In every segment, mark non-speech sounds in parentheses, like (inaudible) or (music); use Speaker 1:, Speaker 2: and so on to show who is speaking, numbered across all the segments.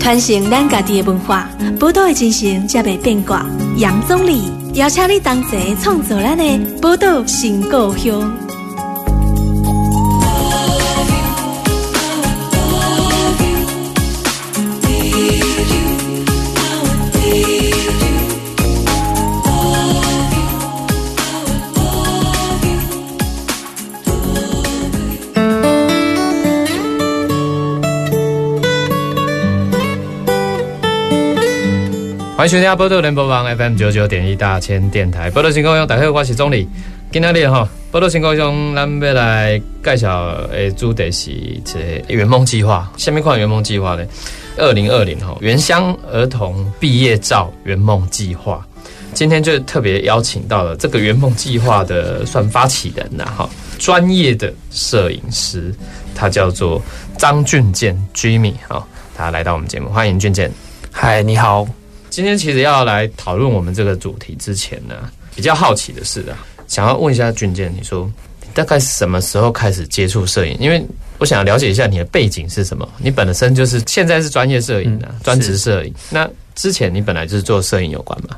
Speaker 1: 传承咱家己的文化，宝岛的精神才袂变卦。杨总理邀请你同齐创造咱的宝岛新故乡。
Speaker 2: 欢迎收听波多联播网 FM 九九点一大千电台，波多新故乡，大家好，我是钟理。今天日吼，波多新故乡，咱要来介绍诶主题是一个圆梦计划。下面看圆梦计划呢，二零二零吼原乡儿童毕业照圆梦计划。今天就特别邀请到了这个圆梦计划的算发起人呐、哈，专业的摄影师，他叫做张俊健 Jimmy 哈、他来到我们节目，欢迎俊健。
Speaker 3: 嗨，你好。
Speaker 2: 今天其实要来讨论我们这个主题之前呢，比较好奇的是啊，想要问一下俊健，你说你大概什么时候开始接触摄影？因为我想了解一下你的背景是什么。你本身就是现在是专业摄影啊，
Speaker 3: 嗯
Speaker 2: 专职摄影。那之前你本来就是做摄影有关嘛？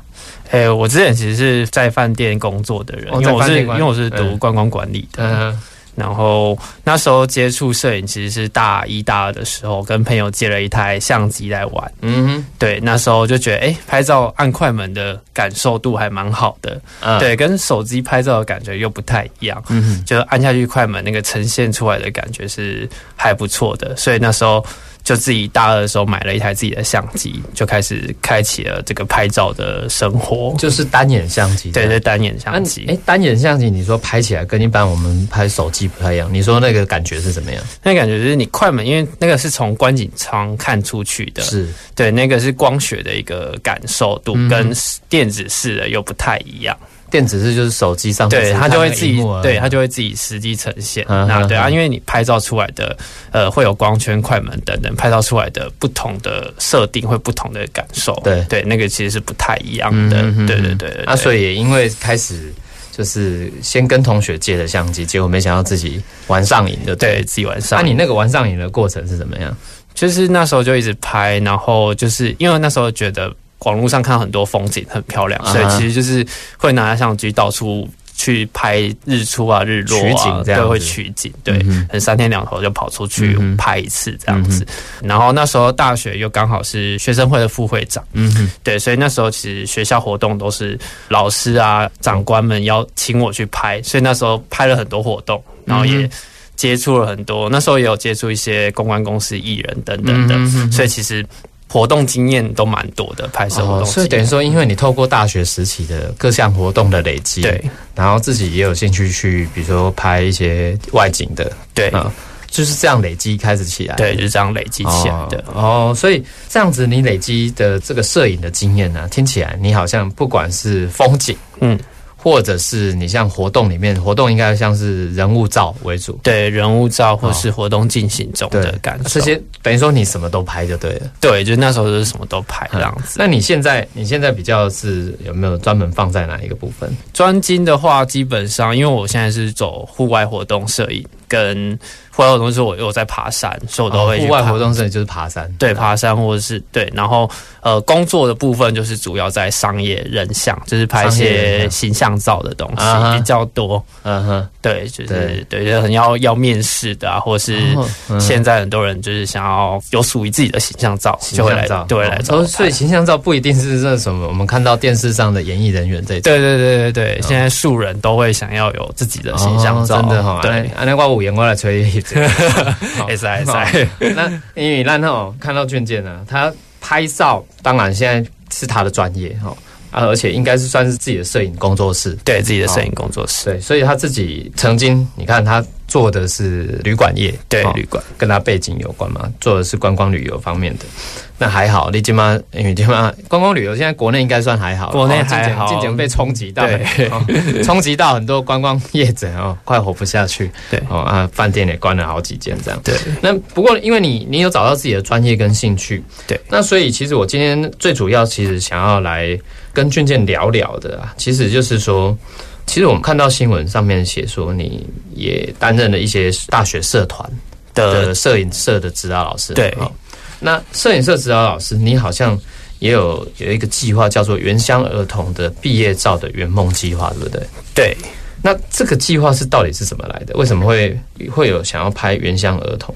Speaker 3: 诶、我之前其实是在饭店工作的人，
Speaker 2: 哦
Speaker 3: 因为我
Speaker 2: 在饭
Speaker 3: 是
Speaker 2: 店
Speaker 3: 因
Speaker 2: 管
Speaker 3: 为我是读
Speaker 2: 嗯
Speaker 3: 观光管理的，
Speaker 2: 嗯
Speaker 3: 然后那时候接触摄影其实是大一大二的时候，跟朋友借了一台相机来玩。
Speaker 2: 嗯
Speaker 3: 对，那时候就觉得诶、拍照按快门的感受度还蛮好的，
Speaker 2: 嗯，
Speaker 3: 对，跟手机拍照的感觉又不太一样。
Speaker 2: 嗯哼，
Speaker 3: 就按下去快门，那个呈现出来的感觉是还不错的，所以那时候就自己大二的时候买了一台自己的相机，就开始开启了这个拍照的生活。
Speaker 2: 就是单眼相机。
Speaker 3: 对对，单眼
Speaker 2: 那
Speaker 3: 相
Speaker 2: 哦你，
Speaker 3: 机，
Speaker 2: 哎、单眼相机，你说拍起来跟一般我们拍手机不太一样，你说那个感觉是怎么样？
Speaker 3: 那感觉就是你快门，因为那个是从观景窗看出去的，
Speaker 2: 是，
Speaker 3: 对，那个是光学的一个感受度，
Speaker 2: 嗯
Speaker 3: 跟电子式的又不太一样。
Speaker 2: 电子是就是手机上面
Speaker 3: 对
Speaker 2: 只
Speaker 3: 它
Speaker 2: 看
Speaker 3: 就
Speaker 2: 那
Speaker 3: 会
Speaker 2: 个
Speaker 3: 自
Speaker 2: 荧
Speaker 3: 己
Speaker 2: 幕而已，啊
Speaker 3: 对它就会自己实际呈现。
Speaker 2: 嗯
Speaker 3: 那
Speaker 2: 嗯
Speaker 3: 对啊，
Speaker 2: 嗯
Speaker 3: 因为你拍照出来的，呃，会有光圈、快门等等，拍照出来的不同的设定会不同的感受。
Speaker 2: 对
Speaker 3: 对，那个其实是不太一样
Speaker 2: 嗯
Speaker 3: 的。
Speaker 2: 嗯嗯
Speaker 3: 对对
Speaker 2: 嗯
Speaker 3: 对对
Speaker 2: 啊，所
Speaker 3: 以
Speaker 2: 以也因为开始就是先跟同学借的相机，结果没想到自己玩上瘾的。
Speaker 3: 对，自己晚上。
Speaker 2: 那、你那个玩上瘾的过程是怎么样？
Speaker 3: 就是那时候就一直拍，然后就是因为那时候觉得网络上看到很多风景很漂亮，
Speaker 2: 啊哈
Speaker 3: 所以其实就是会拿相机到处去拍日出啊、日落
Speaker 2: 取
Speaker 3: 啊
Speaker 2: 景，这样子
Speaker 3: 对，会取景，对，
Speaker 2: 嗯哼
Speaker 3: 很三天两头就跑出去
Speaker 2: 嗯哼
Speaker 3: 拍一次这样子。然后那时候大学又刚好是学生会的副会长，
Speaker 2: 嗯哼，
Speaker 3: 对，所以那时候其实学校活动都是老师啊、长官们邀请我去拍，所以那时候拍了很多活动，然后
Speaker 2: 嗯
Speaker 3: 也
Speaker 2: 哼
Speaker 3: 接触了很多，那时候也有接触一些公关公司、艺人等等的，
Speaker 2: 嗯哼嗯哼
Speaker 3: 所以其实活动经验都蛮多的，拍摄活
Speaker 2: 哦，
Speaker 3: 动、
Speaker 2: 所以等于。说，因为你透过大学时期的各项活动的累积，
Speaker 3: 对，
Speaker 2: 然后自己也有兴趣去，比如说拍一些外景的，
Speaker 3: 对、
Speaker 2: 啊，就是这样累积开始起来，
Speaker 3: 对，就是这样累积起来的。
Speaker 2: 哦。哦，所以这样子你累积的这个摄影的经验呢、听起来你好像不管是风景，
Speaker 3: 嗯，
Speaker 2: 或者是你像活动里面，活动应该像是人物照为主。
Speaker 3: 对人物照或是活动进行中的感受，
Speaker 2: 这些等于说你什么都拍就对了。
Speaker 3: 对，就是那时候就是什么都拍这样
Speaker 2: 嗯
Speaker 3: 子。
Speaker 2: 那你现在你现在比较是有没有专门放在哪一个部分？
Speaker 3: 专精的话，基本上因为我现在是走户外活动摄影，跟户外活动就是我有在爬山，所以我都会去
Speaker 2: 哦户外
Speaker 3: 爬
Speaker 2: 活。动摄影就是爬山，
Speaker 3: 对，爬山或者是对，然后呃，工作的部分就是主要在商业人像，就是拍一
Speaker 2: 商业人
Speaker 3: 些
Speaker 2: 像
Speaker 3: 形象照的东西
Speaker 2: 啊哈
Speaker 3: 比较多。
Speaker 2: 嗯哼，
Speaker 3: 对，就是
Speaker 2: 对
Speaker 3: 对，就是很要要面试的啊，或者是
Speaker 2: 哦嗯
Speaker 3: 现在很多人就是想要有属于自己的形象照，就会来
Speaker 2: 照，
Speaker 3: 就会来找我
Speaker 2: 哦，
Speaker 3: 拍。
Speaker 2: 所以形象照不一定是这什么，我们看到电视上的演艺人员这一种
Speaker 3: 对对对对对，现在素人都会想要有自己的形象照，
Speaker 2: 哦真的哈、哦，
Speaker 3: 对，
Speaker 2: 安那我五言我来吹一嘴。
Speaker 3: 哎塞哎
Speaker 2: 好
Speaker 3: 塞，
Speaker 2: 那因为咱哦看到俊健呢，他拍照当然现在是他的专业哈、哦，啊，而且应该是算是自己的摄影工作室。
Speaker 3: 对自己的摄影工作室，
Speaker 2: 对，所以他自己曾经，你看他做的是旅馆业，
Speaker 3: 对
Speaker 2: 哦
Speaker 3: 旅馆，
Speaker 2: 跟他背景有关嘛，做的是观光旅游方面的。那还好，你今妈，因为今妈观光旅游现在国内应该算还好，
Speaker 3: 国内
Speaker 2: 哦近
Speaker 3: 还
Speaker 2: 年
Speaker 3: 好
Speaker 2: 近年被冲击到，(laughs)
Speaker 3: 对
Speaker 2: 哦冲击到很多观光业者哦，快活不下去，
Speaker 3: 对
Speaker 2: 哦啊，饭店也关了好几间这样。
Speaker 3: 对
Speaker 2: 那不过，因为你你有找到自己的专业跟兴趣，
Speaker 3: 对，
Speaker 2: 那所以其实我今天最主要其实想要来跟俊健聊聊的啊，其实就是说，其实我们看到新闻上面写说，你也担任了一些大学社团
Speaker 3: 的
Speaker 2: 的摄影社的指导老师，
Speaker 3: 对
Speaker 2: 哦那摄影社指导老师，你好像也有有一个计划叫做“原乡儿童的毕业照的圆梦计划”，对不对？
Speaker 3: 对，
Speaker 2: 那这个计划是到底是怎么来的？为什么会会有想要拍原乡儿童？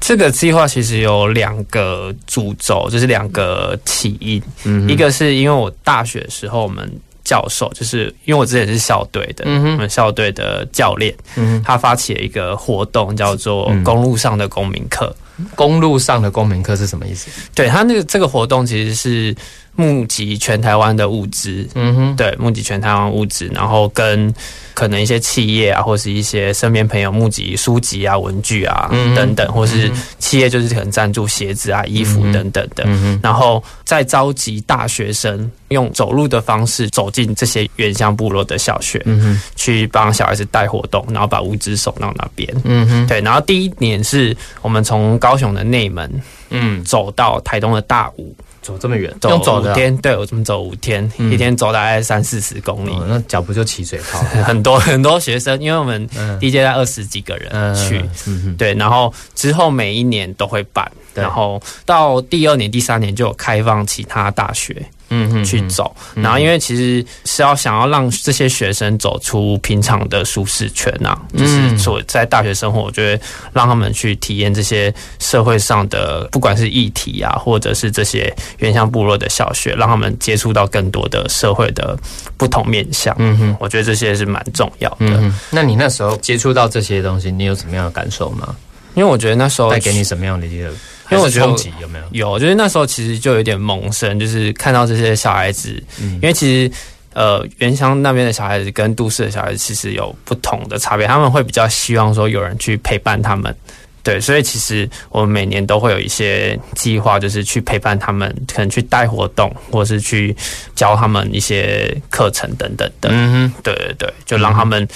Speaker 3: 这个计划其实有两个主轴，就是两个起因。
Speaker 2: 嗯
Speaker 3: 一个是因为我大学的时候，我们教授就是因为我之前是校队的，
Speaker 2: 嗯哼
Speaker 3: 我们校队的教练，
Speaker 2: 嗯，
Speaker 3: 他发起了一个活动，叫做
Speaker 2: 嗯
Speaker 3: “公路上的公民课”
Speaker 2: 公路上的公民课是什么意思？
Speaker 3: 对他那个这个活动其实是募集全台湾的物资，
Speaker 2: 嗯哼，
Speaker 3: 对，募集全台湾物资，然后跟可能一些企业啊，或是一些身边朋友募集书籍啊、文具啊、
Speaker 2: 嗯
Speaker 3: 等等，或是
Speaker 2: 嗯
Speaker 3: 企业就是可能赞助鞋子啊、衣服
Speaker 2: 嗯
Speaker 3: 等等的。
Speaker 2: 嗯哼，
Speaker 3: 然后再召集大学生用走路的方式走进这些原乡部落的小学，
Speaker 2: 嗯哼，
Speaker 3: 去帮小孩子带活动，然后把物资送到那边。
Speaker 2: 嗯哼，
Speaker 3: 对，然后第一年是我们从高雄的内门
Speaker 2: 嗯，
Speaker 3: 走到台东的大武，
Speaker 2: 走这么远，
Speaker 3: 走
Speaker 2: 用走的
Speaker 3: 五
Speaker 2: 啊、
Speaker 3: 天，对我这么走五天，
Speaker 2: 嗯
Speaker 3: 一天走大概三四十公里，
Speaker 2: 哦，那脚不就起水泡
Speaker 3: (laughs)
Speaker 2: 了？
Speaker 3: 很多很多学生，因为我们
Speaker 2: 嗯
Speaker 3: 第一届在二十几个人去，
Speaker 2: 嗯哼，
Speaker 3: 对，然后之后每一年都会办，
Speaker 2: 对
Speaker 3: 然后到第二年、第三年就有开放其他大学
Speaker 2: 嗯哼，
Speaker 3: 去走，然后因为其实是要想要让这些学生走出平常的舒适圈啊，就是
Speaker 2: 嗯
Speaker 3: 所在大学生活，我觉得让他们去体验这些社会上的不管是议题啊，或者是这些原乡部落的小学，让他们接触到更多的社会的不同面向。
Speaker 2: 嗯哼，
Speaker 3: 我觉得这些是蛮重要的，
Speaker 2: 嗯哼，那你那时候接触到这些东西，你有什么样的感受吗？
Speaker 3: 因为我觉得那时候
Speaker 2: 带给你什么样的一个？
Speaker 3: 因为我
Speaker 2: 还是
Speaker 3: 觉得
Speaker 2: 冲
Speaker 3: 我
Speaker 2: 击有没有？
Speaker 3: 有，就是那时候其实就有点萌生，就是看到这些小孩子，
Speaker 2: 嗯
Speaker 3: 因为其实呃原乡那边的小孩子跟都市的小孩子其实有不同的差别，他们会比较希望说有人去陪伴他们。对，所以其实我们每年都会有一些计划，就是去陪伴他们，可能去带活动，或是去教他们一些课程等等的。
Speaker 2: 嗯哼，
Speaker 3: 对对对，就让他们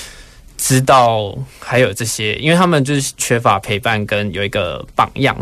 Speaker 3: 知道还有这些，因为他们就是缺乏陪伴跟有一个榜样，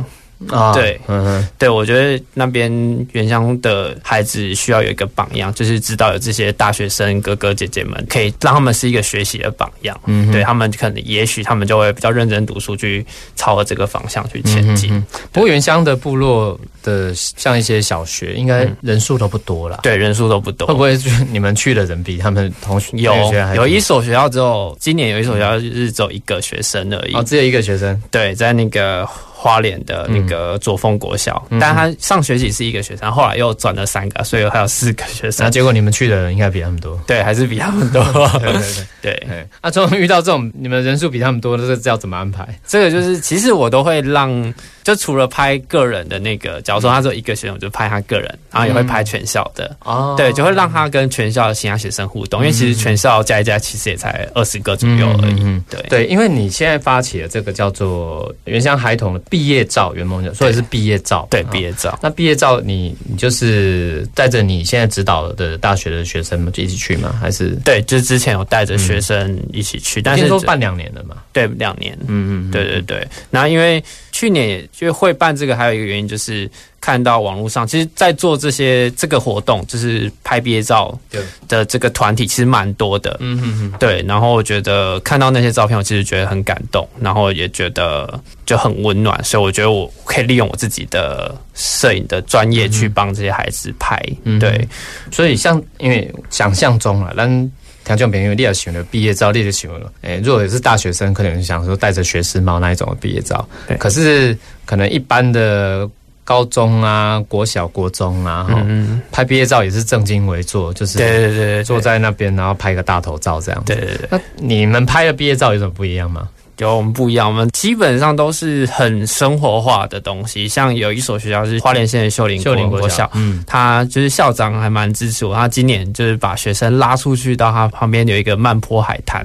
Speaker 2: 啊
Speaker 3: 对，
Speaker 2: 嗯哼，
Speaker 3: 对，我觉得那边原乡的孩子需要有一个榜样，就是知道有这些大学生哥哥姐姐们，可以让他们是一个学习的榜样。
Speaker 2: 嗯哼
Speaker 3: 对他们可能，也许他们就会比较认真读书，去朝着这个方向去前进。
Speaker 2: 嗯哼不过原乡的部落的像一些小学，应该人数都不多啦。
Speaker 3: 嗯对，人数都不多
Speaker 2: 会。不会就是你们去的人比他们同学
Speaker 3: 有
Speaker 2: 同学哦还
Speaker 3: 有
Speaker 2: 多
Speaker 3: 一所学校只有今年有一所学校就是只有一个学生而已，
Speaker 2: 哦，只有一个学生，
Speaker 3: 对，在那个花莲的那个左峰国小，
Speaker 2: 嗯
Speaker 3: 但他上学期是一个学生，后来又转了三个，所以还有四个学
Speaker 2: 然
Speaker 3: 生。
Speaker 2: 后，啊结果你们去的人应该比他们多
Speaker 3: 对，还是比他们多。
Speaker 2: (laughs) 对对对
Speaker 3: (laughs) 对，
Speaker 2: 哎，啊，这种遇到这种你们人数比他们多的，这这要怎么安排？
Speaker 3: 这个就是，其实我都会让，就除了拍个人的那个，假如说他只有一个学生，我就拍他个人，然后也会拍全校的，
Speaker 2: 哦
Speaker 3: 对，就会让他跟全校的其他学生互动，因为其实全校加一加，其实也才二十个左右而已，
Speaker 2: 嗯
Speaker 3: 对
Speaker 2: 对，因为你现在发起的这个叫做原乡孩童的毕业照，圆梦奖，所以是毕业照，
Speaker 3: 对，
Speaker 2: 啊
Speaker 3: 毕业照，
Speaker 2: 那毕业照你，你就是带着你现在指导的大学的学生们一起去吗？还是
Speaker 3: 对，就是之前有带着学生一起去，但
Speaker 2: 嗯听
Speaker 3: 是
Speaker 2: 说办两年了嘛？
Speaker 3: 对两年，
Speaker 2: 嗯嗯，
Speaker 3: 对对对，然后因为去年也就会办这个，还有一个原因就是看到网络上，其实，在做这些这个活动，就是拍毕业照
Speaker 2: 对
Speaker 3: 的这个团体，其实蛮多的，
Speaker 2: 嗯嗯嗯，
Speaker 3: 对，然后我觉得看到那些照片，我其实觉得很感动，然后也觉得就很温暖，所以我觉得我可以利用我自己的摄影的专业去帮这些孩子拍。
Speaker 2: 嗯
Speaker 3: 对，
Speaker 2: 所以像因为想象中啊，咱。听众朋友，你也想了毕业照，你也想了，诶、如果也是大学生，可能想说带着学士帽那一种的毕业照
Speaker 3: 对，
Speaker 2: 可是可能一般的高中啊、国小、国中啊，哈、
Speaker 3: 嗯，
Speaker 2: 拍毕业照也是正襟危坐，就是
Speaker 3: 对对对对，
Speaker 2: 坐在那边，然后拍个大头照这样子。
Speaker 3: 对对对，
Speaker 2: 那你们拍的毕业照有什么不一样吗？
Speaker 3: 有我们不一样，我们基本上都是很生活化的东西，像有一所学校是花莲县的秀林
Speaker 2: 秀林
Speaker 3: 国
Speaker 2: 国
Speaker 3: 小
Speaker 2: 小，，嗯，
Speaker 3: 他就是校长还蛮支持我，他今年就是把学生拉出去到他旁边有一个慢坡海滩，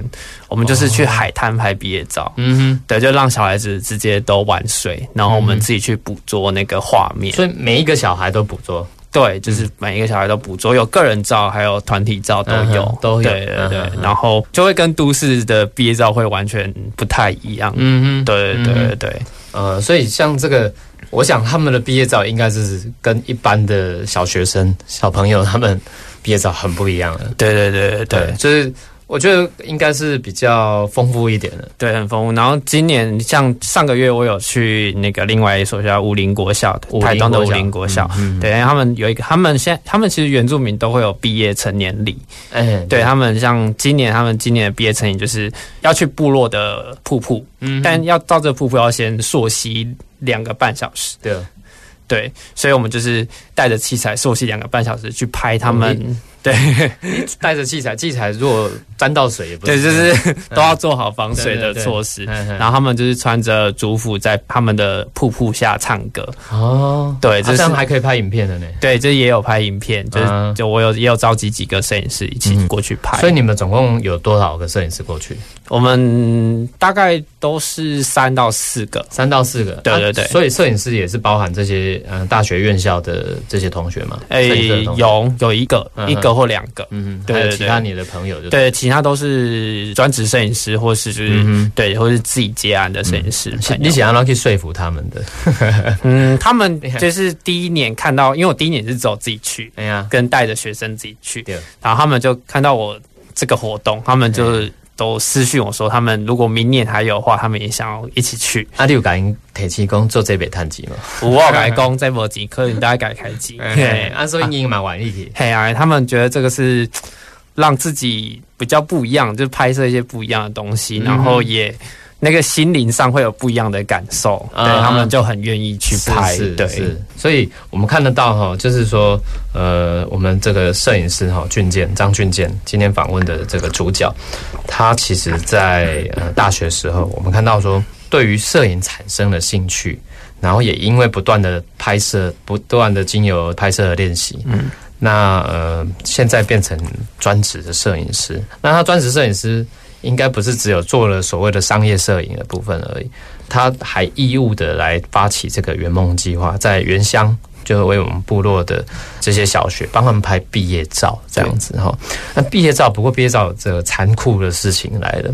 Speaker 3: 我们就是去海滩拍毕业照。
Speaker 2: 嗯
Speaker 3: 对，就让小孩子直接都玩水，然后我们自己去捕捉那个画面。
Speaker 2: 哼，所以每一个小孩都捕捉，
Speaker 3: 对，就是每一个小孩都捕捉，有个人照，还有团体照都有，
Speaker 2: 嗯哼都有
Speaker 3: 对对
Speaker 2: 嗯
Speaker 3: 对，
Speaker 2: 哼嗯哼
Speaker 3: 然后就会跟都市的毕业照会完全不太一样。
Speaker 2: 嗯哼，
Speaker 3: 对对对对对，
Speaker 2: 呃，所以像这个，我想他们的毕业照应该是跟一般的小学生、小朋友他们毕业照很不一样的。嗯
Speaker 3: 对对对对对，
Speaker 2: 就是我觉得应该是比较丰富一点的。
Speaker 3: 对，很丰富。然后今年像上个月，我有去那个另外一所学校武林国校的，
Speaker 2: 武林国
Speaker 3: 台东的武
Speaker 2: 校
Speaker 3: 林国校，
Speaker 2: 嗯
Speaker 3: 对，他们有一个，他们现他们其实原住民都会有毕业成年礼，
Speaker 2: 哎、
Speaker 3: 对，啊他们像今年他们今年的毕业成年就是要去部落的瀑布，
Speaker 2: 嗯
Speaker 3: 但要到这瀑布要先溯溪两个半小时，
Speaker 2: 对，啊
Speaker 3: 对，所以我们就是带着器材溯溪两个半小时去拍他们，对 (laughs)
Speaker 2: 带着器材，器材如果沾到水也不
Speaker 3: 对，就
Speaker 2: 怎么样
Speaker 3: 是 (laughs) 都要做好防水
Speaker 2: 对对
Speaker 3: 的
Speaker 2: 对
Speaker 3: 措施。
Speaker 2: 嗯嗯
Speaker 3: 然后他们就是穿着族服在他们的瀑布下唱歌，
Speaker 2: 哦，
Speaker 3: 对，
Speaker 2: 啊
Speaker 3: 这
Speaker 2: 这
Speaker 3: 是
Speaker 2: 样还可以拍影片的呢。
Speaker 3: 对，这也有拍影片，就是、
Speaker 2: 嗯
Speaker 3: 就我有也有召集几个摄影师一起过去拍，
Speaker 2: 所以你们总共有多少个摄影师过去？
Speaker 3: 我们大概都是三到四个，
Speaker 2: 三到四个。
Speaker 3: 对对对
Speaker 2: 啊所以摄影师也是包含这些嗯、呃大学院校的这些同学嘛？
Speaker 3: 哎、
Speaker 2: 摄影社的同学。
Speaker 3: 有有一个、
Speaker 2: 嗯哼
Speaker 3: 一个或两个，
Speaker 2: 嗯，
Speaker 3: 对
Speaker 2: 还有
Speaker 3: 对
Speaker 2: 其
Speaker 3: 对
Speaker 2: 他你的朋友就
Speaker 3: 对，其他都是专职摄影师或是就是、
Speaker 2: 嗯哼嗯
Speaker 3: 对，或是自己接案的摄影师朋友、
Speaker 2: 你想要去说服他们的？
Speaker 3: 嗯，他们就是第一年看到，因为我第一年是只有自己去，
Speaker 2: 哎呀，
Speaker 3: 跟带着学生自己去
Speaker 2: 对，
Speaker 3: 然后他们就看到我这个活动，他们就都私讯我说，他们如果明年还有的话，他们也想要一起去。
Speaker 2: 阿六敢提起讲做这笔探钱嘛？
Speaker 3: 五二改工再无钱，可能大家改开机。
Speaker 2: (laughs) 嘿
Speaker 3: (laughs) 嘿
Speaker 2: 啊，所以你蛮玩意去。
Speaker 3: 嘿啊，他们觉得这个是让自己比较不一样，就是拍摄一些不一样的东西，
Speaker 2: 嗯
Speaker 3: 然后也那个心灵上会有不一样的感受，
Speaker 2: 啊
Speaker 3: 对他们就很愿意去拍。
Speaker 2: 是是
Speaker 3: 对
Speaker 2: 是，所以我们看得到哈，就是说，呃，我们这个摄影师哈，俊健张俊健今天访问的这个主角，他其实在呃大学时候，我们看到说，对于摄影产生了兴趣，然后也因为不断的拍摄，不断的经由拍摄和练习，嗯。那呃，现在变成专职的摄影师。那他专职摄影师应该不是只有做了所谓的商业摄影的部分而已，他还义务的来发起这个圆梦计划，在原乡就为我们部落的这些小学帮他们拍毕业照，这样子哈。那毕业照，不过毕业照有这个残酷的事情来了，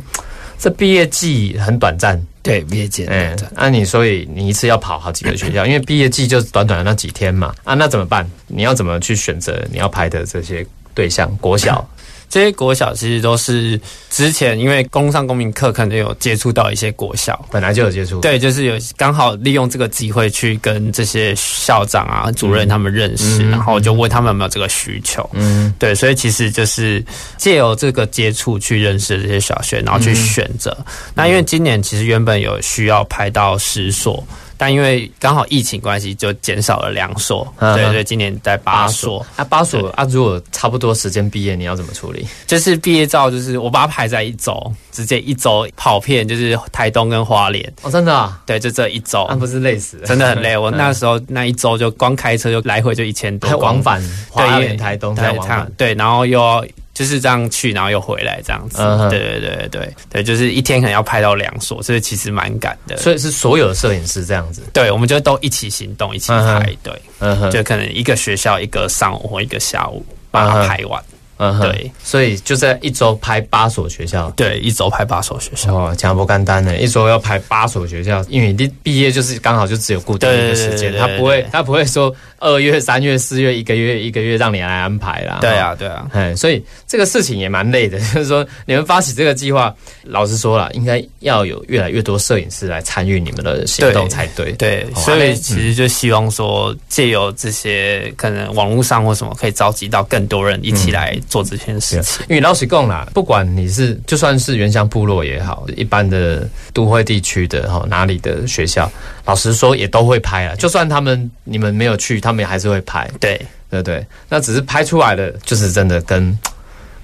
Speaker 2: 这毕业季很短暂，
Speaker 3: 对，毕业简
Speaker 2: 哎、按、你所以你一次要跑好几个学校，因为毕业季就短短的那几天嘛，啊，那怎么办？你要怎么去选择你要拍的这些对象？国小，
Speaker 3: (coughs) 这些国小其实都是之前因为工商公民课可能有接触到一些国小，
Speaker 2: 本来就有接触，，
Speaker 3: 对，就是有刚好利用这个机会去跟这些校长啊、主任他们认识，
Speaker 2: 嗯
Speaker 3: 然后就问他们有没有这个需求。
Speaker 2: 嗯，
Speaker 3: 对，所以其实就是借由这个接触去认识这些小学，然后
Speaker 2: 嗯
Speaker 3: 去选择。那因为今年其实原本有需要拍到十所，但因为刚好疫情关系，就减少了两所。
Speaker 2: 嗯
Speaker 3: 对对，今年在八所，
Speaker 2: 啊，八所啊，如果差不多时间毕业，你要怎么处理？
Speaker 3: 就是毕业照，就是我把它排在一周，直接一周跑遍，就是台东跟花莲。
Speaker 2: 哦，真的、啊，
Speaker 3: 对，就这一周。
Speaker 2: 那、不是累死 (laughs) 了，
Speaker 3: 真的很累，我那时候那一周就光开车就来回就一千
Speaker 2: 嗯
Speaker 3: 多
Speaker 2: 还有
Speaker 3: 公里
Speaker 2: 往返花
Speaker 3: 对，
Speaker 2: 莲、台东，再往返，
Speaker 3: 对，然后又要就是这样去，然后又回来这样子。
Speaker 2: 嗯哼
Speaker 3: 对对对对对对，就是一天可能要拍到两所，所以其实蛮赶的。
Speaker 2: 所以是所有的摄影师这样子，
Speaker 3: 对，我们就都一起行动，一起
Speaker 2: 嗯
Speaker 3: 拍。
Speaker 2: 哼
Speaker 3: 对，
Speaker 2: 嗯哼，
Speaker 3: 就可能一个学校一个上午或一个下午把
Speaker 2: 嗯哼
Speaker 3: 它拍完。
Speaker 2: 嗯哼，
Speaker 3: 对，
Speaker 2: 所以就在一周拍八所学校。
Speaker 3: 对，一周拍八所学校。
Speaker 2: 哦，讲不干单呢，一周要拍八所学校，因为你毕业就是刚好就只有固定一个时
Speaker 3: 对对对
Speaker 2: 间，
Speaker 3: 对
Speaker 2: 他不会
Speaker 3: 对对
Speaker 2: 他不会说二月、三月、四月一个月一个月让你来安排啦。
Speaker 3: 对啊，对啊，
Speaker 2: 哎，所以这个事情也蛮累的， (laughs) 就是说你们发起这个计划，老实说了，应该要有越来越多摄影师来参与你们的行动
Speaker 3: 对
Speaker 2: 才对。
Speaker 3: 对，
Speaker 2: 哦
Speaker 3: 所
Speaker 2: 啊那
Speaker 3: 以其实就希望说，借由这些可能网络上或什么，可以召集到更多人一
Speaker 2: 嗯
Speaker 3: 起来做这件事情。
Speaker 2: 因为老实讲啦，不管你是就算是原乡部落也好，一般的都会地区的哈哪里的学校，老实说也都会拍啊。就算他们你们没有去，他们也还是会拍，
Speaker 3: 对，
Speaker 2: 对不对？那只是拍出来的就是真的跟。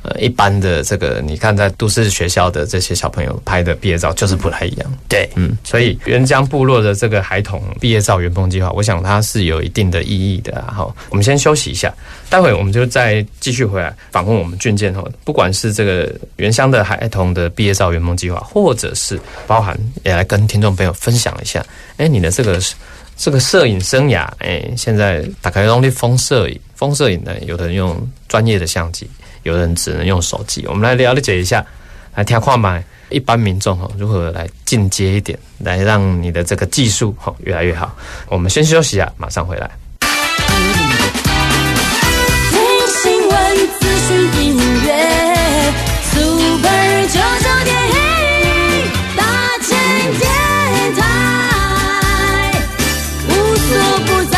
Speaker 2: 呃，一般的这个，你看在都市学校的这些小朋友拍的毕业照就是不太一样，
Speaker 3: 对，
Speaker 2: 嗯，所以原乡部落的这个孩童毕业照圆梦计划，我想它是有一定的意义的啊。好，我们先休息一下，待会我们就再继续回来访问我们俊健哦。不管是这个原乡的孩童的毕业照圆梦计划，或者是包含也来跟听众朋友分享一下，哎，你的这个这个摄影生涯，哎，现在打开用力风摄影，风摄影呢，有的人用专业的相机，有的人只能用手机。我们来了解一下，来听看嘛，一般民众哈如何来进阶一点，来让你的这个技术哈越来越好。我们先休息啊，马上回来。
Speaker 4: 听新闻、资讯、音乐，出版电影，大千电台，无所不在。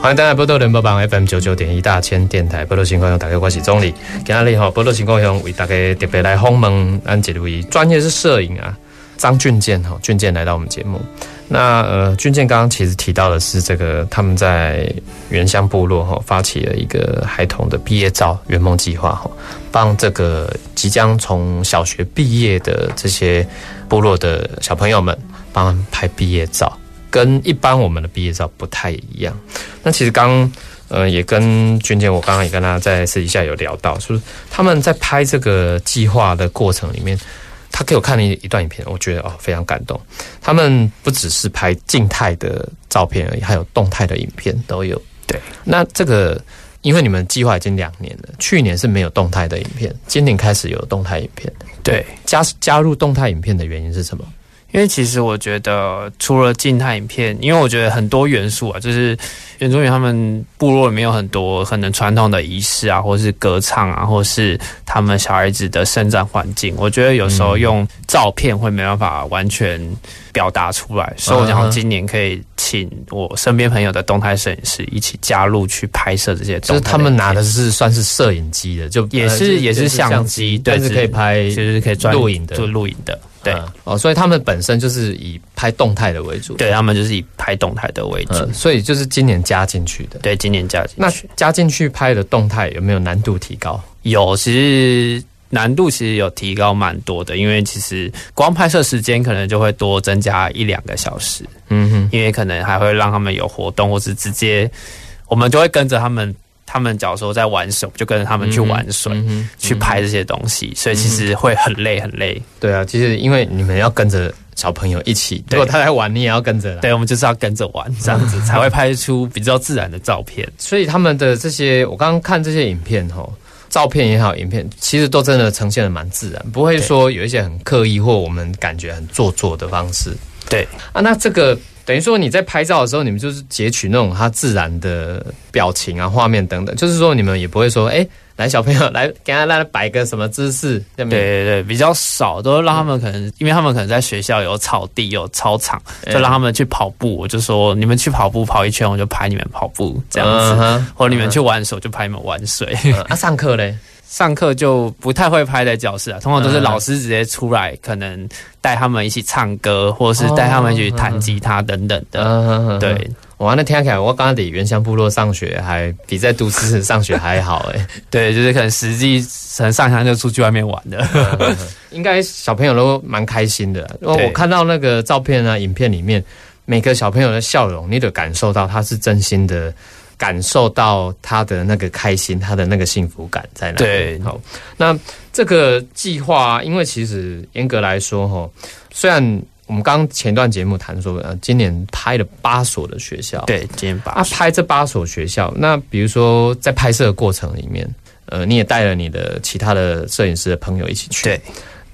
Speaker 2: 欢迎大家波多联播网 FM 九九点一大千电台波多情况向大家我是钟理。今日吼波多情况向为大家特别来访问咱一位专业是摄影啊张俊健吼俊健来到我们节目。那呃俊健刚刚其实提到的是这个他们在原乡部落吼发起了一个孩童的毕业照圆梦计划吼，帮这个即将从小学毕业的这些部落的小朋友们帮他们拍毕业照。跟一般我们的毕业照不太一样，那其实刚呃也跟娟姐，我刚刚也跟她在私底下有聊到，就是他们在拍这个计划的过程里面，她给我看了一一段影片，我觉得哦非常感动。他们不只是拍静态的照片而已，还有动态的影片都有。
Speaker 3: 对，
Speaker 2: 那这个因为你们计划已经两年了，去年是没有动态的影片，今年开始有动态影片。
Speaker 3: 对，
Speaker 2: 加加入动态影片的原因是什么？
Speaker 3: 因为其实我觉得，除了静态影片，因为我觉得很多元素啊，就是原住民他们部落里面有很多可能传统的仪式啊，或是歌唱啊，或是他们小孩子的生长环境，我觉得有时候用照片会没办法完全表达出
Speaker 2: 嗯
Speaker 3: 来，所以我想今年可以请我身边朋友的动态摄影师一起加入去拍摄这些
Speaker 2: 就是
Speaker 3: 动态的影片，
Speaker 2: 他们拿的是算是摄影机的，就
Speaker 3: 也是
Speaker 2: 呃
Speaker 3: 也是相机对
Speaker 2: 但是可以拍
Speaker 3: 其实是可以专
Speaker 2: 录影的
Speaker 3: 做录影的，对、
Speaker 2: 嗯哦，所以他们本身就是以拍动态的为主，
Speaker 3: 对，他们就是以拍动态的为主。
Speaker 2: 嗯，所以就是今年加进去的。
Speaker 3: 对，今年假期
Speaker 2: 那加进去拍的动态有没有难度提高？
Speaker 3: 有，其实难度其实有提高蛮多的，因为其实光拍摄时间可能就会多增加一两个小时，
Speaker 2: 嗯哼，
Speaker 3: 因为可能还会让他们有活动，或是直接我们就会跟着他们， (laughs) 他们假如说在玩水，我们就跟着他们去玩水，
Speaker 2: 嗯哼，
Speaker 3: 去拍这些东西，所以其实会很累很累。
Speaker 2: 对啊，其实因为你们要跟着小朋友一起，如
Speaker 3: 对
Speaker 2: 果他在玩，你也要跟着啦。
Speaker 3: 对，我们就是要跟着玩，这样子才会拍出比较自然的照片。
Speaker 2: 所以他们的这些，我刚刚看这些影片吼，照片也好，影片其实都真的呈现的蛮自然，不会说有一些很刻意或我们感觉很做作的方式。
Speaker 3: 对
Speaker 2: 啊，那这个等于说你在拍照的时候，你们就是截取那种他自然的表情啊、画面等等，就是说你们也不会说，哎、来小朋友 (laughs) 来给他来摆个什么姿势，对不
Speaker 3: 对
Speaker 2: 对？
Speaker 3: 对对，比较少，都让他们可能，因为他们可能在学校有草地、有操场，
Speaker 2: 哎
Speaker 3: 就让他们去跑步。我就说你们去跑步跑一圈，我就拍你们跑步这样子，
Speaker 2: 嗯哼
Speaker 3: 或者你们去玩水，我就拍你们玩水。
Speaker 2: 嗯啊，上课嘞，
Speaker 3: (laughs) 上课就不太会拍在教室啊，通常都是
Speaker 2: 嗯
Speaker 3: 老师直接出来，可能带他们一起唱歌，或者是带他们一起弹吉他等等的。
Speaker 2: 嗯哼哼
Speaker 3: 对，
Speaker 2: 哇，那听起来我刚刚在原乡部落上学还比在都市上学还好哎、
Speaker 3: 对，就是可能实际可能上山就出去外面玩的。
Speaker 2: 嗯应该小朋友都蛮开心的。我
Speaker 3: 对
Speaker 2: 我看到那个照片啊、影片里面，每个小朋友的笑容，你得感受到他是真心的，感受到他的那个开心，他的那个幸福感在哪里。
Speaker 3: 对
Speaker 2: 好，那这个计划啊，因为其实严格来说，哈，虽然我们刚前段节目谈说，呃，今年拍了八所的学校，
Speaker 3: (laughs) 对，今天把
Speaker 2: 啊，拍这八所学校，那比如说在拍摄的过程里面，呃，你也带了你的其他的摄影师的朋友一起去，
Speaker 3: 对，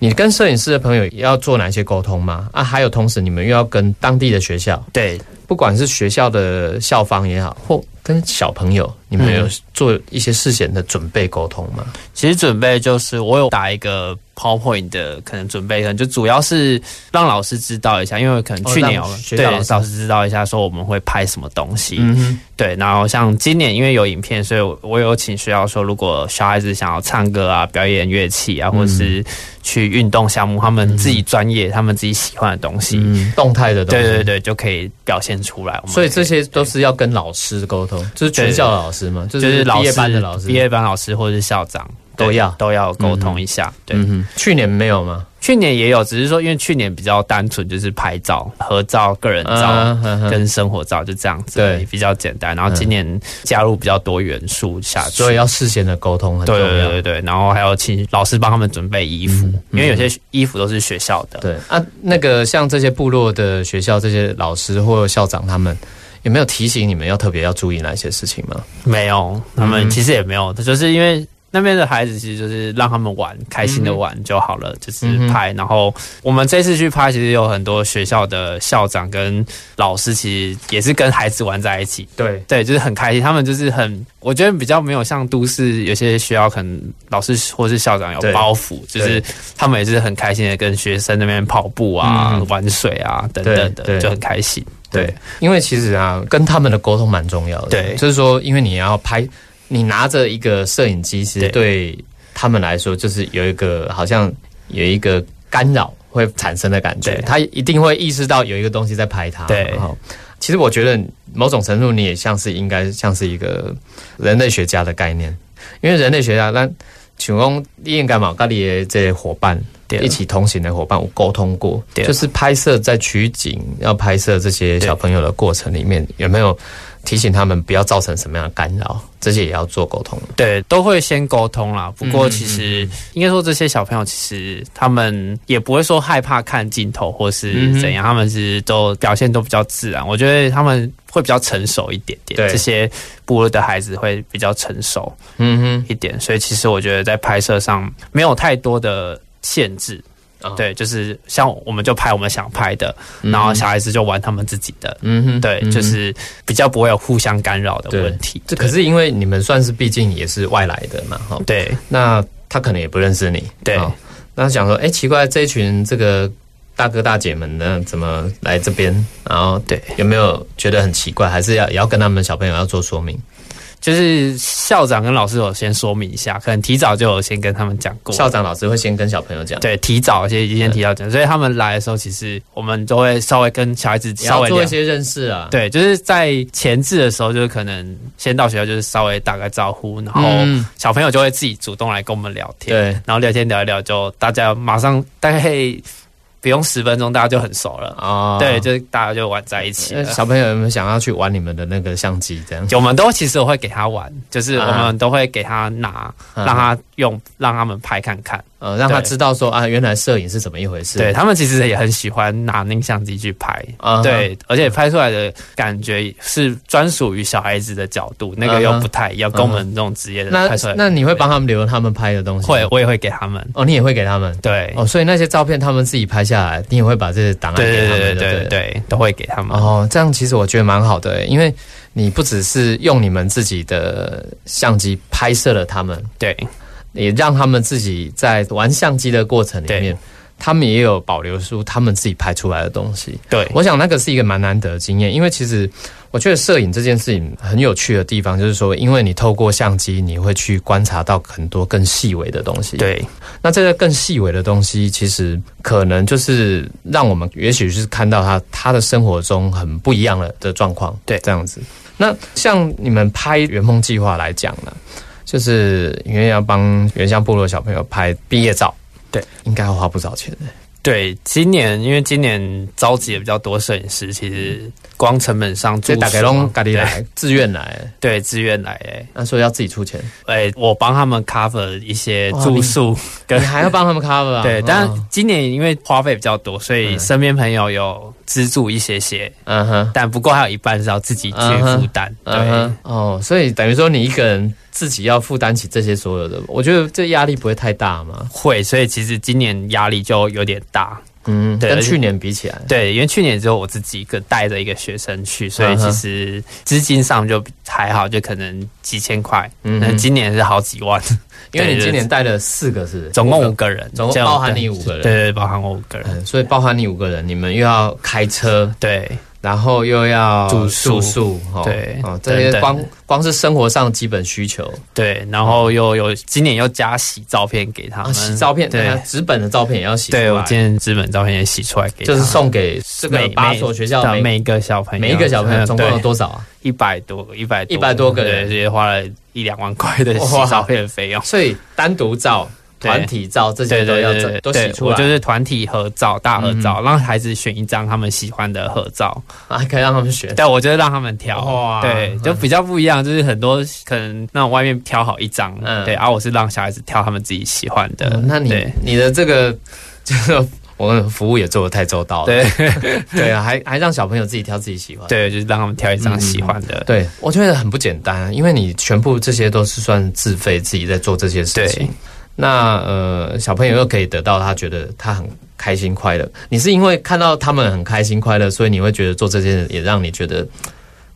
Speaker 2: 你跟摄影师的朋友要做哪些沟通吗？啊，还有同时你们又要跟当地的学校，
Speaker 3: 对
Speaker 2: 不管是学校的校方也好，或跟小朋友，你们有做一些事前的准备沟通吗？
Speaker 3: 其实准备就是我有打一个 PowerPoint 的，可能准备可能就主要是让老师知道一下，因为可能去年有、
Speaker 2: 哦让学校
Speaker 3: 对
Speaker 2: 老师嗯
Speaker 3: 老师知道一下说我们会拍什么东西，
Speaker 2: 哼，
Speaker 3: 对，然后像今年因为有影片，所以我我有请学校说，如果小孩子想要唱歌啊、表演乐器啊，或
Speaker 2: 嗯
Speaker 3: 是去运动项目，他们自己专业、他们自己喜欢的东西，
Speaker 2: 嗯，动态的东
Speaker 3: 对
Speaker 2: 西，
Speaker 3: 对。对，就可以表现出来。我们
Speaker 2: 所以这
Speaker 3: 可
Speaker 2: 些都是要跟老师沟通，就是全校的老师吗？就
Speaker 3: 就是是老
Speaker 2: 毕
Speaker 3: 师
Speaker 2: 业班的老师，
Speaker 3: 毕业班老师或是校长。对
Speaker 2: 都要
Speaker 3: 都要沟通一下。对，
Speaker 2: 嗯哼，去年没有吗？
Speaker 3: 去年也有，只是说因为去年比较单纯，就是拍照、合照、个人照
Speaker 2: 啊嗯哼
Speaker 3: 跟生活照就这样子，
Speaker 2: 对
Speaker 3: 比较简单。然后今年加入比较多元素下去，
Speaker 2: 所以要事先的沟通很重
Speaker 3: 对对
Speaker 2: 要。
Speaker 3: 对对，然后还有请老师帮他们准备衣服，因为有些衣服都是学校的。
Speaker 2: 对啊，那个像这些部落的学校，这些老师或校长他们有没有提醒你们要特别要注意哪些事情吗？
Speaker 3: 没有，他们其实也没有，就是因为那边的孩子其实就是让他们玩，开心的玩就好了，就是拍。然后我们这次去拍，其实有很多学校的校长跟老师，其实也是跟孩子玩在一起。
Speaker 2: 对，
Speaker 3: 对，就是很开心，他们就是很，我觉得比较没有像都市有些学校可能老师或是校长有
Speaker 2: 对
Speaker 3: 包袱，就是他们也是很开心的跟学生那边跑步啊、
Speaker 2: 嗯
Speaker 3: 玩水啊等等
Speaker 2: 对
Speaker 3: 的，
Speaker 2: 对
Speaker 3: 就很开心。
Speaker 2: 对，因为其实啊，跟他们的沟通蛮重要的。
Speaker 3: 对
Speaker 2: 就是说，因为你要拍，你拿着一个摄影机，其实对他们来说，就是有一个好像有一个干扰会产生的感觉
Speaker 3: 对，
Speaker 2: 他一定会意识到有一个东西在拍他。
Speaker 3: 对
Speaker 2: 然后其实我觉得某种程度你也像是应该像是一个人类学家的概念，因为人类学家那。请问，你应该嘛？跟你的这些伙伴，
Speaker 3: 对
Speaker 2: 一起同行的伙伴，我沟通过，
Speaker 3: 对
Speaker 2: 就是拍摄在取景要拍摄这些小朋友的过程里面，有没有提醒他们不要造成什么样的干扰？这些也要做沟通。
Speaker 3: 对，都会先沟通啦。不过
Speaker 2: 嗯
Speaker 3: 其实、应该说，这些小朋友其实他们也不会说害怕看镜头或
Speaker 2: 嗯
Speaker 3: 是怎样，他们是都表现都比较自然。我觉得他们会比较成熟一点点，
Speaker 2: 对
Speaker 3: 这些部落的孩子会比较成熟
Speaker 2: 嗯
Speaker 3: 一点，所以其实我觉得在拍摄上没有太多的限制。
Speaker 2: 哼，，
Speaker 3: 对，就是像我们就拍我们想拍的，然后小孩子就玩他们自己的。
Speaker 2: 嗯哼，
Speaker 3: 对，
Speaker 2: 嗯哼
Speaker 3: 就是比较不会有互相干扰的
Speaker 2: 对
Speaker 3: 问题。
Speaker 2: 这可是因为你们算是毕竟也是外来的嘛，哈，
Speaker 3: 对
Speaker 2: 那他可能也不认识你，
Speaker 3: 对
Speaker 2: 哦那他想说，哎、奇怪，这一群这个大哥大姐们呢，怎么来这边？然后
Speaker 3: 对。
Speaker 2: 有没有觉得很奇怪？还是要也要跟他们小朋友要做说明？
Speaker 3: 就是校长跟老师有先说明一下，可能提早就有先跟他们讲过。
Speaker 2: 校长老师会先跟小朋友讲，
Speaker 3: 对，提早先已经提到讲，所以他们来的时候，其实我们都会稍微跟小孩子
Speaker 2: 也
Speaker 3: 稍
Speaker 2: 要
Speaker 3: 微
Speaker 2: 做
Speaker 3: 聊
Speaker 2: 一。些认识啊。
Speaker 3: 对，就是在前置的时候，就是可能先到学校，就是稍微打个招呼，然后
Speaker 2: 嗯
Speaker 3: 小朋友就会自己主动来跟我们聊天，
Speaker 2: 对
Speaker 3: 然后聊天聊一聊就，大家马上大概不用十分钟，大家就很熟了。
Speaker 2: 啊，
Speaker 3: 对，就是大家就玩在一起
Speaker 2: 那
Speaker 3: 了。
Speaker 2: 呃小朋友有没有想要去玩你们的那个相机这样？
Speaker 3: 我们都其实我会给他玩，就是我
Speaker 2: 啊
Speaker 3: 们都会给他拿，
Speaker 2: 嗯
Speaker 3: 让他用，让他们拍看看。
Speaker 2: 呃，让他
Speaker 3: 对
Speaker 2: 知道说啊，原来摄影是怎么一回事。
Speaker 3: 对他们其实也很喜欢拿那个相机去拍。
Speaker 2: 啊，
Speaker 3: 对，嗯而且拍出来的感觉是专属于小孩子的角度，那个又不太一
Speaker 2: 嗯
Speaker 3: 样，
Speaker 2: 哼
Speaker 3: 跟我们这种职业的
Speaker 2: 那
Speaker 3: 拍出来
Speaker 2: 那你会帮他们留他们拍的东西？
Speaker 3: 会，我也会给他们。
Speaker 2: 哦，你也会给他们。
Speaker 3: 对，
Speaker 2: 哦，所以那些照片他们自己拍下来，你也会把这些档案
Speaker 3: 对
Speaker 2: 给
Speaker 3: 对
Speaker 2: 他
Speaker 3: 对对
Speaker 2: 们就了
Speaker 3: 对对，都会给他们。
Speaker 2: 哦，这样其实我觉得蛮好的，因为你不只是用你们自己的相机拍摄了他们，
Speaker 3: 对
Speaker 2: 也让他们自己在玩相机的过程里面
Speaker 3: 对，
Speaker 2: 他们也有保留出他们自己拍出来的东西。
Speaker 3: 对
Speaker 2: 我想那个是一个蛮难得的经验，因为其实我觉得摄影这件事情很有趣的地方，就是说，因为你透过相机，你会去观察到很多更细微的东西。，
Speaker 3: 对
Speaker 2: 那这个更细微的东西，其实可能就是让我们也许是看到他他的生活中很不一样了的状况。
Speaker 3: 对
Speaker 2: 这样子。那像你们拍圆梦计划来讲呢，就是因为要帮原乡部落小朋友拍毕业照，
Speaker 3: 对，
Speaker 2: 应该要花不少钱的。
Speaker 3: 对，今年因为今年召集也比较多摄影师，其实光成本上
Speaker 2: 这
Speaker 3: 住
Speaker 2: 大概
Speaker 3: 宿啊
Speaker 2: 拢家己来，自愿来，
Speaker 3: 对对自愿来哎
Speaker 2: 那所以要自己出
Speaker 3: (laughs)
Speaker 2: 钱，
Speaker 3: 哎，我帮他们 cover 一些
Speaker 2: 哇
Speaker 3: 住
Speaker 2: 你
Speaker 3: 宿
Speaker 2: 你
Speaker 3: 跟
Speaker 2: 还要帮他们 cover 啊？
Speaker 3: 对，
Speaker 2: 哦
Speaker 3: 但今年因为花费比较多，所以
Speaker 2: 嗯
Speaker 3: 身边朋友有资助一些些，
Speaker 2: 嗯哼，
Speaker 3: 但不过还有一半是要自己去负担。
Speaker 2: 嗯
Speaker 3: 对
Speaker 2: 哼，哦，所以等于说你一个人自己要负担起这些所有的，我觉得这压力不会太大嘛。
Speaker 3: 会，所以其实今年压力就有点大。
Speaker 2: 嗯，
Speaker 3: 对
Speaker 2: 跟
Speaker 3: 而且
Speaker 2: 去年比起来，
Speaker 3: 对，因为去年只有我自己一个带着一个学生去，所以
Speaker 2: 嗯哼
Speaker 3: 其实资金上就还好，就可能几千块。
Speaker 2: 嗯
Speaker 3: 那
Speaker 2: 哼
Speaker 3: 今年是好几万，
Speaker 2: 因为你
Speaker 3: 对
Speaker 2: 今年带了四个是不是
Speaker 3: 总共五个人，
Speaker 2: 总共
Speaker 3: 这样
Speaker 2: 包含你五个人
Speaker 3: 对对，包含我五个人。
Speaker 2: 嗯，所以包含你五个人，你们又要开车，
Speaker 3: 对
Speaker 2: 然后又要
Speaker 3: 住宿
Speaker 2: 宿，哦
Speaker 3: 对
Speaker 2: 哦，这些
Speaker 3: 等等
Speaker 2: 光光是生活上的基本需求
Speaker 3: 对，然后又有今年又加洗照片给他
Speaker 2: 啊，
Speaker 3: 们，
Speaker 2: 洗照片，对，
Speaker 3: 对，
Speaker 2: 纸本的照片也要洗出来，
Speaker 3: 对我今天纸本照片也洗出来给他
Speaker 2: 就
Speaker 3: 们，
Speaker 2: 是送给这个
Speaker 3: 每
Speaker 2: 八所学校
Speaker 3: 每
Speaker 2: 每
Speaker 3: 每一个小朋友，
Speaker 2: 每一个小朋友，总共有
Speaker 3: 嗯对
Speaker 2: 多少啊？
Speaker 3: 一百多个，一百
Speaker 2: 100多个人
Speaker 3: 对，也花了一两万块的洗
Speaker 2: 哇
Speaker 3: 照片费用。
Speaker 2: 所以单独照、
Speaker 3: 对
Speaker 2: 团体照这些
Speaker 3: 对
Speaker 2: 都
Speaker 3: 对
Speaker 2: 要
Speaker 3: 对
Speaker 2: 整
Speaker 3: 对，
Speaker 2: 都
Speaker 3: 对
Speaker 2: 洗出来，嗯
Speaker 3: 我就是团体合照、大合照，让孩子选一张他们喜欢的合照。
Speaker 2: 啊，可以让他们选。
Speaker 3: 但我就是让他们挑，
Speaker 2: 哇
Speaker 3: 对，就比较不一样，就是很多可能那种外面挑好一张，
Speaker 2: 嗯
Speaker 3: 对，然、啊后我是让小孩子挑他们自己喜欢的。
Speaker 2: 哦那你
Speaker 3: 对
Speaker 2: 你的这个 (laughs) 就是我们服务也做的太周到了，
Speaker 3: 对 (laughs)
Speaker 2: 对啊，还还让小朋友自己挑自己喜欢。
Speaker 3: 对，就是让他们挑一张喜欢的。
Speaker 2: 对，我觉得很不简单啊，因为你全部这些都是算自费自己在做这些事情
Speaker 3: 对。
Speaker 2: 那呃，小朋友又可以得到他觉得他很开心快乐。你是因为看到他们很开心快乐，所以你会觉得做这件事也让你觉得，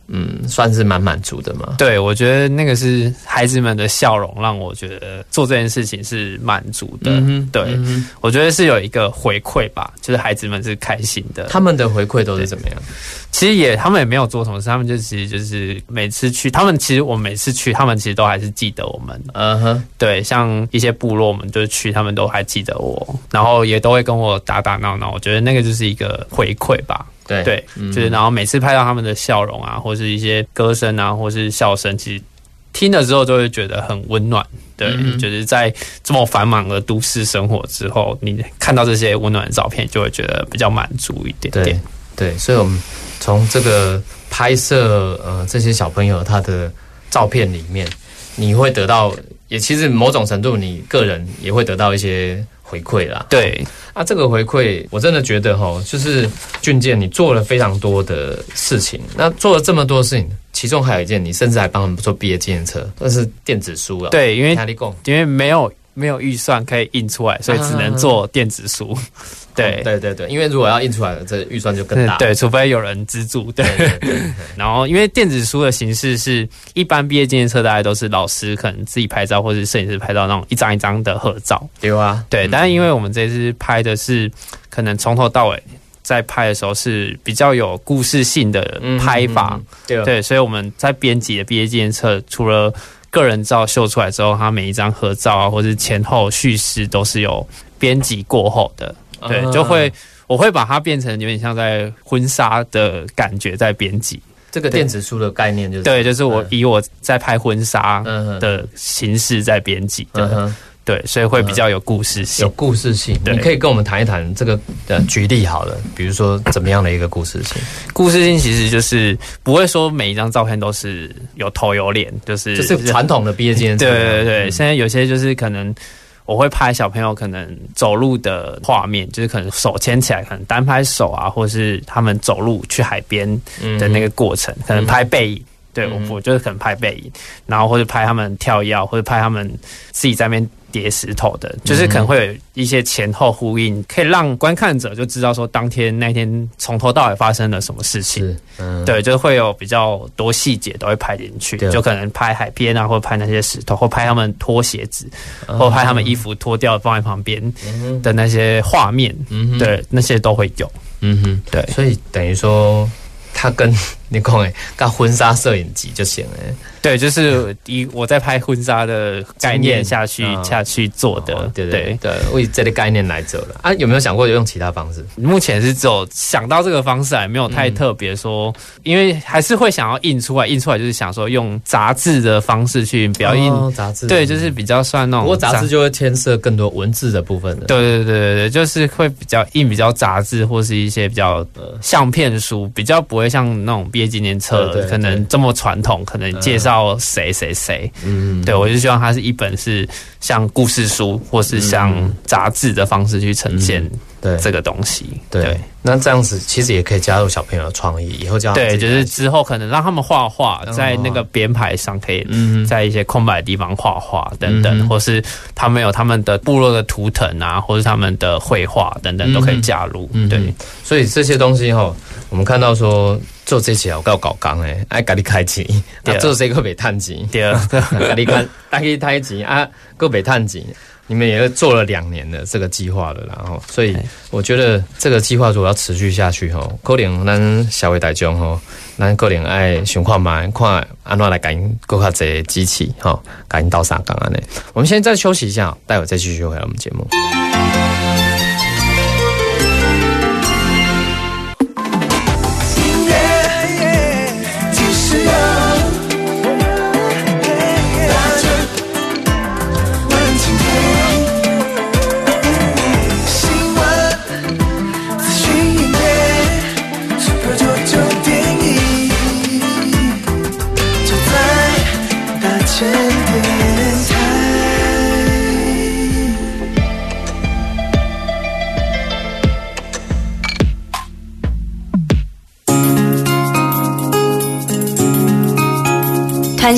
Speaker 2: 嗯，算是蛮满足的嘛。
Speaker 3: 对，我觉得那个是孩子们的笑容，让我觉得做这件事情是满足的。
Speaker 2: 哼
Speaker 3: 对、
Speaker 2: 嗯
Speaker 3: 我觉得是有一个回馈吧，就是孩子们是开心的。
Speaker 2: 他们的回馈都是怎么样？
Speaker 3: 其实也他们也没有做什么事，他们就其实就是每次去，他们其实我每次去，他们其实都还是记得我们。
Speaker 2: 嗯哼，
Speaker 3: 对，像一些部落，我们就是去，他们都还记得我，然后也都会跟我打打闹闹。我觉得那个就是一个回馈吧。
Speaker 2: 对嗯
Speaker 3: 对，就是然后每次拍到他们的笑容啊，或是一些歌声啊，或是笑声，其实听了之后就会觉得很温暖。对，
Speaker 2: 嗯
Speaker 3: 就是在这么繁忙的都市生活之后，你看到这些温暖的照片，就会觉得比较满足一点
Speaker 2: 对
Speaker 3: 点。
Speaker 2: 对，所以我们从这个拍摄呃这些小朋友他的照片里面，你会得到，也其实某种程度你个人也会得到一些回馈啦。
Speaker 3: 对
Speaker 2: 啊，这个回馈我真的觉得哈，就是俊健你做了非常多的事情，那做了这么多事情，其中还有一件，你甚至还帮他们做毕业纪念册，这是电子书啊。，
Speaker 3: 对，因为
Speaker 2: 压力共。
Speaker 3: 因为没有没有预算可以印出来，所以只能做电子
Speaker 2: (laughs)
Speaker 3: 书。
Speaker 2: 哦
Speaker 3: 对
Speaker 2: 对对对，因为如果要印出来，这预算就更大。
Speaker 3: 嗯对，除非有人资助。对，
Speaker 2: 对对对
Speaker 3: 然后因为电子书的形式是一般毕业纪念册，大概都是老师可能自己拍照，或是摄影师拍照那种一张一张的合照。
Speaker 2: 有啊，
Speaker 3: 对，但是因为我们这次拍的是可能从头到尾在拍的时候是比较有故事性的拍法，
Speaker 2: 对啊
Speaker 3: 对，所以我们在编辑的毕业纪念册，除了个人照秀出来之后，它每一张合照啊，或是前后叙事都是有编辑过后的，对，
Speaker 2: 啊
Speaker 3: 就会我会把它变成有点像在婚纱的感觉在编辑，
Speaker 2: 这个电子书的概念就是
Speaker 3: 对，就是我
Speaker 2: 嗯
Speaker 3: 以我在拍婚纱
Speaker 2: 嗯哼
Speaker 3: 的形式在编辑
Speaker 2: 嗯
Speaker 3: 的，
Speaker 2: 哼，
Speaker 3: 对，所以会比较有故事性
Speaker 2: 有。故事性，
Speaker 3: 对
Speaker 2: 你可以跟我们谈一谈这个呃举例好了，比如说怎么样的一个故事性，
Speaker 3: 故事性其实就是不会说每一张照片都是有头有脸，就是
Speaker 2: 就是传统的毕业纪念册
Speaker 3: 对
Speaker 2: 嘛。
Speaker 3: 对对，
Speaker 2: 嗯
Speaker 3: 现在有些就是可能我会拍小朋友可能走路的画面，就是可能手牵起来，可能单拍手啊，或是他们走路去海边
Speaker 2: 嗯
Speaker 3: 的那个过程，可能拍背影。对，我我就是可能拍背影，然后或者拍他们跳跃，或者拍他们自己在那边叠石头的，就是可能会有一些前后呼应，可以让观看者就知道说当天那天从头到尾发生了什么事情。
Speaker 2: 是嗯
Speaker 3: 对，就会有比较多细节都会拍进去，
Speaker 2: 对
Speaker 3: 就可能拍海边啊，或拍那些石头，或拍他们脱鞋子，
Speaker 2: 嗯
Speaker 3: 或拍他们衣服脱掉放在旁边的那些画面，
Speaker 2: 嗯哼
Speaker 3: 对，那些都会有。
Speaker 2: 嗯哼，
Speaker 3: 对
Speaker 2: 所以等于说他跟 (laughs) 你讲诶，跟婚纱摄影集就行诶，
Speaker 3: 对，就是以我在拍婚纱的概
Speaker 2: 经验
Speaker 3: 念下去
Speaker 2: 嗯
Speaker 3: 下去做的
Speaker 2: 哦，对对
Speaker 3: 对。
Speaker 2: 对，为这个概念来走了啊，有没有想过用其他方式？
Speaker 3: 目前是只有想到这个方式，还没有太特别说，因为还是会想要印出来，印出来就是想说用杂志的方式去表印，
Speaker 2: 哦杂志，
Speaker 3: 对，就是比较算那
Speaker 2: 不
Speaker 3: 种
Speaker 2: 过杂志就会牵涉更多文字的部分了。
Speaker 3: 对对对对对，就是会比较印比较杂志或是一些比较呃相片书，比较不会像那种毕业纪念册
Speaker 2: 对对对
Speaker 3: 可能这么传统，可能介绍谁谁谁。
Speaker 2: 嗯，
Speaker 3: 对我就希望它是一本是像故事书或是像杂志的方式去呈现
Speaker 2: 对
Speaker 3: 这个东西。
Speaker 2: 对，那这样子其实也可以加入小朋友的创意，以后教他
Speaker 3: 对，
Speaker 2: 自己
Speaker 3: 就
Speaker 2: 来
Speaker 3: 是之后可能让他们画画，
Speaker 2: 嗯
Speaker 3: 在那个编排上可以
Speaker 2: 嗯
Speaker 3: 在一些空白的地方画画等
Speaker 2: 嗯
Speaker 3: 等，
Speaker 2: 哼
Speaker 3: 或是他们有他们的部落的图腾啊，或是他们的绘画等等都可以加入。对
Speaker 2: 嗯，所以这些东西哈，我们看到说做这些我告搞工诶，爱家己开钱，啊 (laughs)
Speaker 3: 对
Speaker 2: 做这个袂趁钱，
Speaker 3: 第二，
Speaker 2: 啊家己开家己开钱啊，个袂趁钱。你们也做了两年的这个计划了啦，然后，所以
Speaker 3: 哎
Speaker 2: 我觉得这个计划如果要持续下去吼，可能咱社会大众吼，咱可能爱想看嘛，看安怎来给因更较侪支持吼，给因到三讲安尼。我们现在休息一下，待会再继续回来我们节目。
Speaker 5: 其实啊，打着万千黑，新闻资讯音乐，Super 九九点一，就在大千电台。
Speaker 1: 传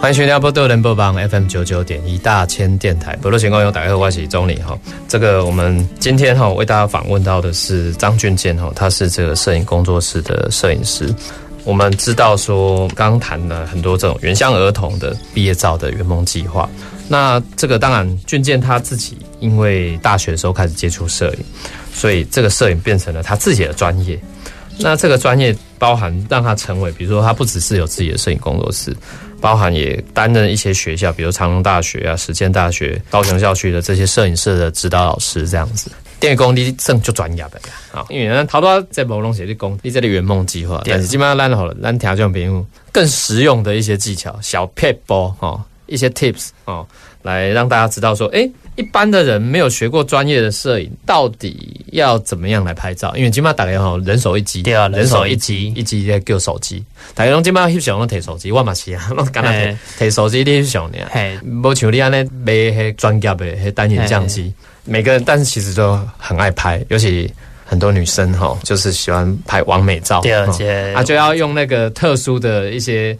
Speaker 2: 欢迎收听波多人播榜 FM 九九点一大千电台，波多情况有打开关系中理哈。这个我们今天哈为大家访问到的是张俊健哈，他是这个摄影工作室的摄影师。我们知道说，刚刚谈了很多这种原乡儿童的毕业照的圆梦计划。那这个当然，俊健他自己因为大学的时候开始接触摄影，所以这个摄影变成了他自己的专业。那这个专业包含让他成为，比如说他不只是有自己的摄影工作室，包含也担任一些学校，比如长隆大学啊、实践大学、高雄校区的这些摄影社的指导老师这样子。电工你算就专业的啦，啊，因为咱头多在某拢写你讲，你这里圆梦计划，
Speaker 3: 对啊
Speaker 2: 但是基本上咱好了，咱听众朋友更实用的一些技巧、小撇步哦，一些 tips 哦，来让大家知道说，诶，一般的人没有学过专业的摄影，到底要怎么样来拍照？因为基本上大家吼人手一机，
Speaker 3: 对啊人手一
Speaker 2: 机，一机在叫手机，大家拢基本上翕相拢摕手机，我嘛是啊，拢 (laughs) 干那摕摕
Speaker 3: 嘿
Speaker 2: 手机你翕相尔。
Speaker 3: 嘿，
Speaker 2: 无像你安尼买迄专业的迄单眼相机，每个人但是其实都很爱拍，尤其很多女生哈，就是喜欢拍完美照，
Speaker 3: 对
Speaker 2: 吼
Speaker 3: 而且
Speaker 2: 啊就要用那个特殊的一些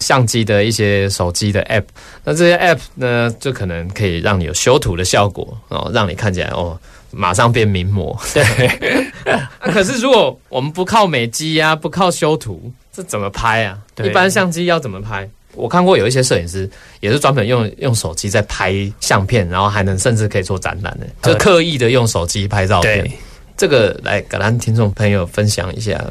Speaker 2: 相机的一些手机的 app，那这些 app 呢，就可能可以让你有修图的效果哦，让你看起来哦。马上变名模，对、 (laughs) 啊可是如果我们不靠美肌呀、不靠修图，这怎么拍啊？
Speaker 3: 对
Speaker 2: 一般相机要怎么拍？我看过有一些摄影师，也是专门用用手机在拍相片，然后还能甚至可以做展览的，
Speaker 3: 对
Speaker 2: 就刻意的用手机拍照片
Speaker 3: 对。
Speaker 2: 这个来给咱听众朋友分享一下。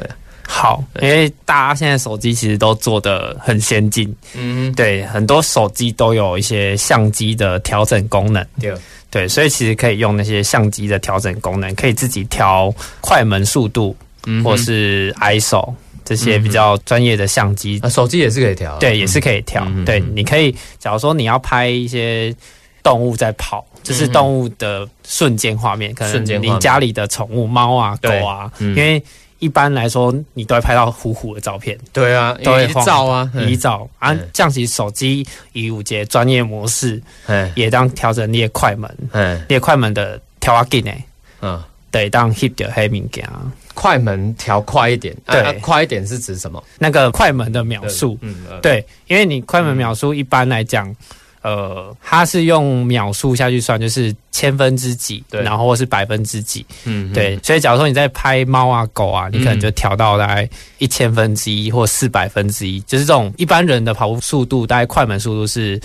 Speaker 3: 好，因为大家现在手机其实都做的很先进，
Speaker 2: 嗯，
Speaker 3: 对，很多手机都有一些相机的调整功能，
Speaker 2: 对，
Speaker 3: 对，所以其实可以用那些相机的调整功能，可以自己调快门速度
Speaker 2: 嗯
Speaker 3: 或是 ISO 这些比较专业的相机
Speaker 2: 啊，手机也是可以调的，
Speaker 3: 对，也是可以调。
Speaker 2: 嗯嗯
Speaker 3: 对，
Speaker 2: 嗯
Speaker 3: 你可以，假如说你要拍一些动物在跑，就是动物的瞬间画面，可
Speaker 2: 嗯瞬间
Speaker 3: 能
Speaker 2: 画面
Speaker 3: 你家里的宠物猫啊、狗
Speaker 2: 对
Speaker 3: 啊，
Speaker 2: 嗯
Speaker 3: 因为一般来说你都会拍到糊糊的照片，
Speaker 2: 对啊，
Speaker 3: 都会
Speaker 2: 遗照啊，
Speaker 3: 遗照啊
Speaker 2: 嗯。
Speaker 3: 这样其实手机以五节专业模式
Speaker 2: 哎
Speaker 3: 也当调整你的快门，
Speaker 2: 哎
Speaker 3: 你的快门的调啊紧诶，
Speaker 2: 嗯，
Speaker 3: 对，当 hip 的黑物件啊，
Speaker 2: 快门调快一点，啊
Speaker 3: 对
Speaker 2: 啊快一点是指什么？
Speaker 3: 那个快门的秒数，
Speaker 2: 嗯，呃，
Speaker 3: 对，因为你快门秒数一般来讲，呃，它是用秒数下去算，就是千分之几，
Speaker 2: 对
Speaker 3: 然后或是百分之几，
Speaker 2: 嗯，
Speaker 3: 对。所以假如说你在拍猫啊、狗啊，你可能
Speaker 2: 嗯
Speaker 3: 就调到大概一千分之一或四百分之一，就是这种一般人的跑步速度，大概快门速度是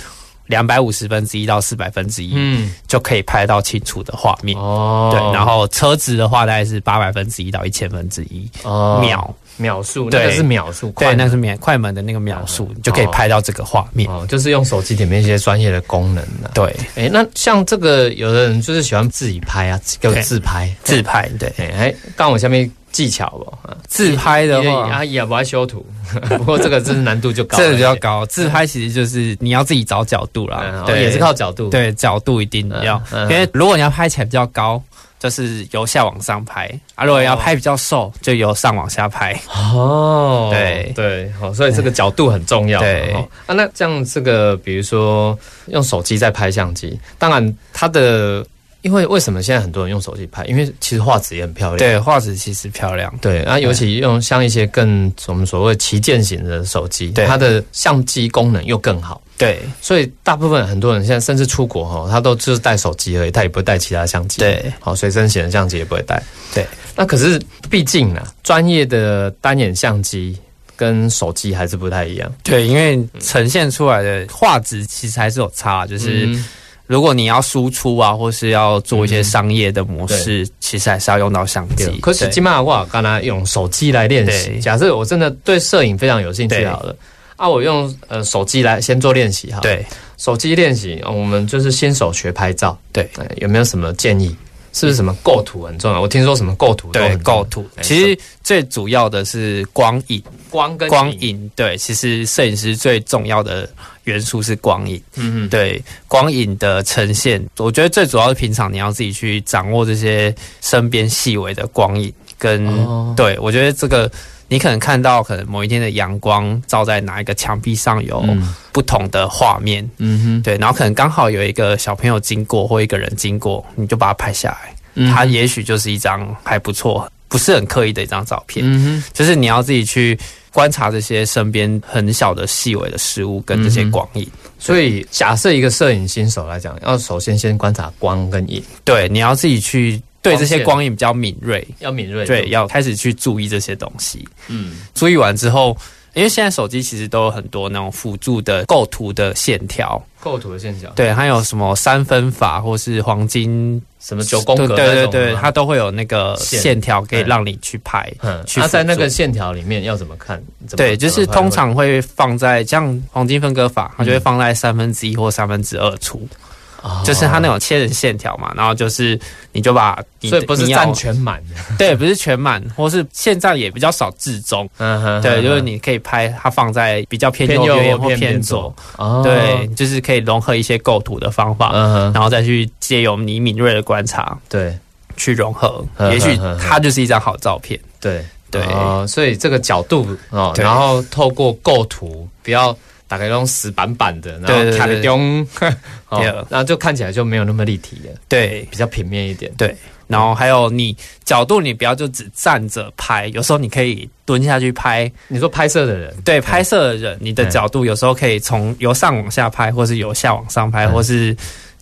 Speaker 3: 两百五十分之一到四百分之一，
Speaker 2: 嗯，
Speaker 3: 就可以拍到清楚的画面。
Speaker 2: 哦，
Speaker 3: 对，然后车子的话大概是八百分之一到一千分之一
Speaker 2: 哦
Speaker 3: 秒，
Speaker 2: 秒数，那
Speaker 3: 对
Speaker 2: 个是秒数，
Speaker 3: 对，
Speaker 2: 快
Speaker 3: 那
Speaker 2: 门
Speaker 3: 是免快门的那个秒数，
Speaker 2: 嗯
Speaker 3: 你就可以
Speaker 2: 哦
Speaker 3: 拍到这个画面。
Speaker 2: 哦，就是用手机里面一些专业的功能呢。
Speaker 3: 对，
Speaker 2: 哎、那像这个，有的人就是喜欢自己拍啊，给我
Speaker 3: 对
Speaker 2: 自拍，
Speaker 3: 自拍对，
Speaker 2: 哎哎，刚我下面技巧哦，
Speaker 3: 自拍的话，
Speaker 2: 阿啊姨也不爱修图， (laughs) 不过哦 (laughs) 这个真是难度就高了，
Speaker 3: 这个比较高。自拍其实就是你要自己找角度
Speaker 2: 嗯，哦
Speaker 3: 啦，对，
Speaker 2: 也是靠角度，，
Speaker 3: 对角度一定要，
Speaker 2: 嗯嗯
Speaker 3: 因为如果你要拍起来比较高，就是由下往上拍啊。如果要拍比较瘦，就由上往下拍。
Speaker 2: 哦，
Speaker 3: 对
Speaker 2: 对，好，所以这个角度很重要嘛。
Speaker 3: 对
Speaker 2: 哦啊，那这样这个，比如说用手机在拍相机，当然它的，因为为什么现在很多人用手机拍？因为其实画质也很漂亮。
Speaker 3: 对，画质其实漂亮。
Speaker 2: 对啊，尤其用像一些更我们所谓旗舰型的手机，
Speaker 3: 对
Speaker 2: 它的相机功能又更好。
Speaker 3: 对
Speaker 2: 所以大部分很多人现在甚至出国哈，他都就是带手机而已，他也不会带其他相机。
Speaker 3: 对，
Speaker 2: 好，随身携的相机也不会带。
Speaker 3: 对，
Speaker 2: 那可是毕竟啊，专业的单眼相机跟手机还是不太一样。
Speaker 3: 对，因为呈现出来的画质其实还是有差，就是。
Speaker 2: 嗯
Speaker 3: 如果你要输出啊，或是要做一些商业的模式，其实还是要用到相机
Speaker 2: 嗯对。可是
Speaker 3: 对
Speaker 2: 起码我刚才用手机来练习。
Speaker 3: 对
Speaker 2: 假设我真的对摄影非常有兴趣
Speaker 3: 对
Speaker 2: 好了，啊，我用呃手机来先做练习哈。，
Speaker 3: 对
Speaker 2: 手机练习，呃我们就是新手学拍照，
Speaker 3: 对
Speaker 2: 呃有没有什么建议？是不是什么构图很重要？我听说什么构图都
Speaker 3: 对
Speaker 2: 很，重要
Speaker 3: 构图
Speaker 2: 哎
Speaker 3: 其实最主要的是光影，
Speaker 2: 光跟
Speaker 3: 光
Speaker 2: 影
Speaker 3: 影对，其实摄影师最重要的元素是光影。
Speaker 2: 嗯嗯，
Speaker 3: 对光影的呈现，我觉得最主要是平常你要自己去掌握这些身边细微的光影，跟、
Speaker 2: 哦
Speaker 3: 对我觉得这个你可能看到可能某一天的阳光照在哪一个墙壁上有
Speaker 2: 嗯
Speaker 3: 不同的画面，
Speaker 2: 嗯哼，
Speaker 3: 对，然后可能刚好有一个小朋友经过或一个人经过，你就把它拍下来，
Speaker 2: 嗯
Speaker 3: 它也许就是一张还不错，不是很刻意的一张照片，
Speaker 2: 嗯哼，
Speaker 3: 就是你要自己去观察这些身边很小的细微的事物
Speaker 2: 嗯
Speaker 3: 跟这些光影。
Speaker 2: 所以假设一个摄影新手来讲，要首先先观察光跟影，
Speaker 3: 对，你要自己去对这些
Speaker 2: 光线
Speaker 3: 光影比较敏锐，
Speaker 2: 要敏锐度，
Speaker 3: 对，要开始去注意这些东西。
Speaker 2: 嗯
Speaker 3: 注意完之后，因为现在手机其实都有很多那种辅助的构图的线条，
Speaker 2: 构图的线条，，
Speaker 3: 对，还有什么三分法或是黄金
Speaker 2: 什么九宫格
Speaker 3: 对
Speaker 2: 那
Speaker 3: 对
Speaker 2: 种啊
Speaker 3: 对，
Speaker 2: 吗
Speaker 3: 它都会有那个
Speaker 2: 线
Speaker 3: 线条可以
Speaker 2: 嗯
Speaker 3: 让你去拍。
Speaker 2: 嗯，
Speaker 3: 去
Speaker 2: 那
Speaker 3: 辅
Speaker 2: 在那
Speaker 3: 助
Speaker 2: 个线条里面要怎么看？怎么
Speaker 3: 对，就是
Speaker 2: 怎么
Speaker 3: 通
Speaker 2: 判断
Speaker 3: 常会放在像黄金分割法，它就会放在三分之一或三分之二处，
Speaker 2: 嗯哦
Speaker 3: 就是它那种切成线条嘛，然后就是你就把你
Speaker 2: 所以不是
Speaker 3: 你要
Speaker 2: 占全满的，
Speaker 3: (laughs) 对，不是全满，或是现在也比较少至中。
Speaker 2: 嗯哼
Speaker 3: 对，就是你可以拍它放在比较偏
Speaker 2: 偏
Speaker 3: 右
Speaker 2: 右
Speaker 3: 边
Speaker 2: 或
Speaker 3: 或
Speaker 2: 偏
Speaker 3: 偏
Speaker 2: 偏
Speaker 3: 左
Speaker 2: 左，，哦
Speaker 3: 对，，就是可以融合一些构图的方法，
Speaker 2: 嗯哼，
Speaker 3: 然后再去借由你敏锐的观察
Speaker 2: 对
Speaker 3: 去融合，
Speaker 2: 嗯
Speaker 3: 也许
Speaker 2: 嗯嗯嗯
Speaker 3: 它就是一张好照片。
Speaker 2: 对
Speaker 3: 对
Speaker 2: 哦，所以这个角度哦，
Speaker 3: 对
Speaker 2: 然后透过构图，不要打开那种死板板的，
Speaker 3: 对
Speaker 2: 然
Speaker 3: 对
Speaker 2: 后
Speaker 3: 对
Speaker 2: 卡比中， (laughs) 哦
Speaker 3: 对，
Speaker 2: 然后就看起来就没有那么立体了，
Speaker 3: 对
Speaker 2: 比较平面一点。
Speaker 3: 对，然后还有你角度，你不要就只站着拍，有时候你可以蹲下去拍。
Speaker 2: 你说拍摄的人，
Speaker 3: 对，拍摄的人，你的
Speaker 2: 嗯
Speaker 3: 角度有时候可以从由上往下拍，或是由下往上拍，
Speaker 2: 嗯
Speaker 3: 或是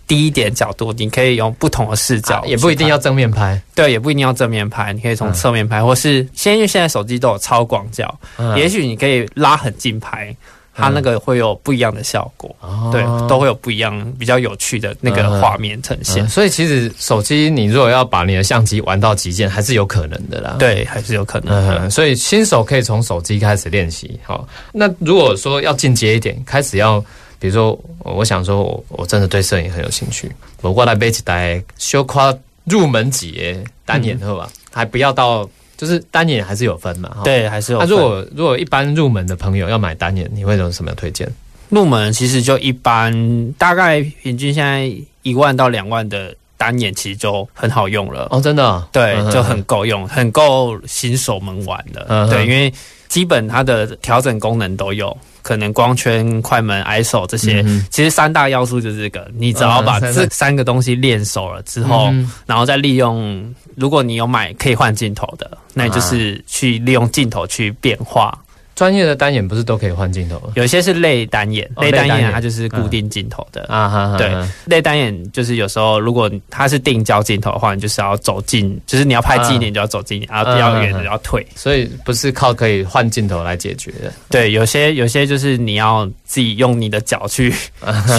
Speaker 3: 低一点角度，你可以用不同的视角
Speaker 2: 啊
Speaker 3: 去拍，嗯
Speaker 2: 也不一定要正面拍，
Speaker 3: 对，也不一定要正面拍，你可以从侧面拍，或是先因为现在手机都有超广角，嗯
Speaker 2: 嗯
Speaker 3: 也许你可以拉很近拍，它那个会有不一样的效果，
Speaker 2: 哦
Speaker 3: 对，都会有不一样比较有趣的那个画面呈现。
Speaker 2: 嗯所以其实手机你如果要把你的相机玩到极限，还是有可能的啦。。
Speaker 3: 对，还是有可能的。
Speaker 2: 嗯，所以新手可以从手机开始练习。好，那如果说要进阶一点，开始要，比如说，我我想说我我真的对摄影很有兴趣，我过来背起来修夸入门级的单眼后吧，还不要到就是单眼还是有分嘛。哈，
Speaker 3: 对，还是有
Speaker 2: 那、
Speaker 3: 分。
Speaker 2: 如果如果一般入门的朋友要买单眼，你会有什么推荐？
Speaker 3: 入门其实就一般，大概平均现在一万到两万的单眼其实就很好用了。
Speaker 2: 哦，真的哦、
Speaker 3: 对
Speaker 2: 嗯，
Speaker 3: 就很够用，很够新手们玩
Speaker 2: 嗯
Speaker 3: 的。
Speaker 2: 哼
Speaker 3: 对，因为基本它的调整功能都有，可能光圈、快门、ISO 这些，
Speaker 2: 嗯哼
Speaker 3: 其实三大要素就是这个。你只要把
Speaker 2: 嗯三
Speaker 3: 这
Speaker 2: 大
Speaker 3: 三个东西练熟了之后，
Speaker 2: 嗯
Speaker 3: 然后再利用，如果你有买可以换镜头的，那你
Speaker 2: 啊
Speaker 3: 就是去利用镜头去变化。
Speaker 2: 专业的单眼不是都可以换镜头吗？
Speaker 3: 有些是类单眼，
Speaker 2: 哦
Speaker 3: 类单
Speaker 2: 类单眼
Speaker 3: 眼它就是固定镜头的。
Speaker 2: 啊哈哈，
Speaker 3: 对
Speaker 2: 哈，
Speaker 3: 类单眼就是有时候，如果它是定焦镜头的话，你就是要走近，就是你要拍近一点就要走近一点，然后比较
Speaker 2: 嗯
Speaker 3: 远
Speaker 2: 嗯嗯
Speaker 3: 的就要退。
Speaker 2: 所以不是靠可以换镜头来解决的。
Speaker 3: 对，有些有些就是你要自己用你的
Speaker 2: (laughs)
Speaker 3: 脚去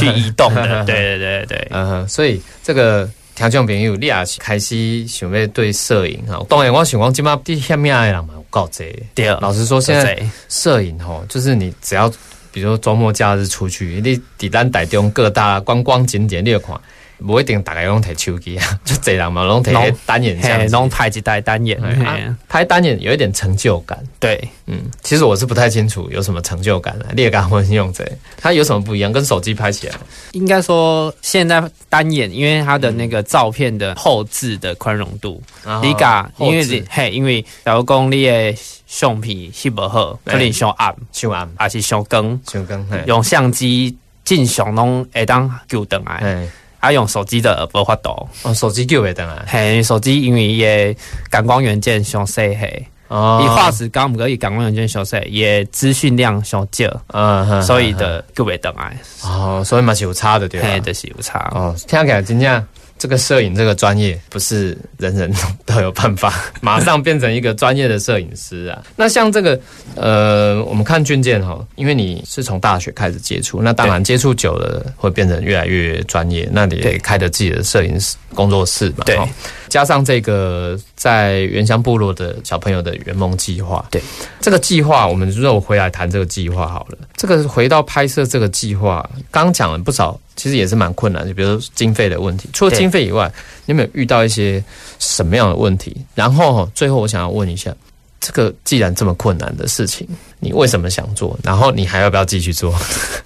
Speaker 3: 去移动的。对对对对
Speaker 2: 嗯哼，所以这个听众朋友，你也是开始想要对摄影哈，当然我想讲，今麦地下面的人嘛有够多。
Speaker 3: 对，
Speaker 2: 老实说，现在
Speaker 3: 对
Speaker 2: 摄影吼，就是你只要比如说周末假日出去，你抵单台中各大观光景点你有看，无一定逐个拢摕手机啊， (laughs) 就侪人嘛拢摕那个单眼
Speaker 3: 嘿，
Speaker 2: 相机。
Speaker 3: 弄太极带单眼，
Speaker 2: 嘿
Speaker 3: 嘿
Speaker 2: 啊拍单眼有一点成就感，
Speaker 3: 对，
Speaker 2: 嗯，其实我是不太清楚有什么成就感的、啊，列感我用这，它有什么不一样？跟手机拍起来，
Speaker 3: 应该说现在单眼，因为它的那个照片的后置的宽容度，
Speaker 2: 哦
Speaker 3: 你噶因为你嘿，因为假如讲你的相片翕无好，
Speaker 2: 嘿
Speaker 3: 可能上暗，
Speaker 2: 像暗
Speaker 3: 还是上光，
Speaker 2: 像刚嘿
Speaker 3: 用相机尽常拢会当救回来，
Speaker 2: 嘿
Speaker 3: 啊用手机的无法度，
Speaker 2: 哦，手机叫袂等啊，
Speaker 3: 嘿手机因为伊的感光元件上细嘿，
Speaker 2: 哦
Speaker 3: 伊画质高，毋过伊感光元件上细，伊的资讯量上少，
Speaker 2: 嗯哼
Speaker 3: 啊所以的救袂回来，
Speaker 2: 哦，所以嘛是有差的对吧
Speaker 3: 嘿？就是有差。
Speaker 2: 哦，听起来真正这个摄影这个专业不是人人都有办法 (laughs) 马上变成一个专业的摄影师啊。那像这个呃，我们看俊健哈，因为你是从大学开始接触，那当然接触久了会变成越来越专业，那你也
Speaker 3: 对
Speaker 2: 开着自己的摄影室工作室嘛。
Speaker 3: 对
Speaker 2: 哦加上这个在原乡部落的小朋友的圆梦计划，
Speaker 3: 对
Speaker 2: 这个计划，我们如果回来谈这个计划好了。这个回到拍摄这个计划，刚讲了不少，其实也是蛮困难的，比如说经费的问题。除了
Speaker 3: 对
Speaker 2: 经费以外，你有没有遇到一些什么样的问题？然后哦最后我想要问一下，这个既然这么困难的事情，你为什么想做？然后你还要不要继续做？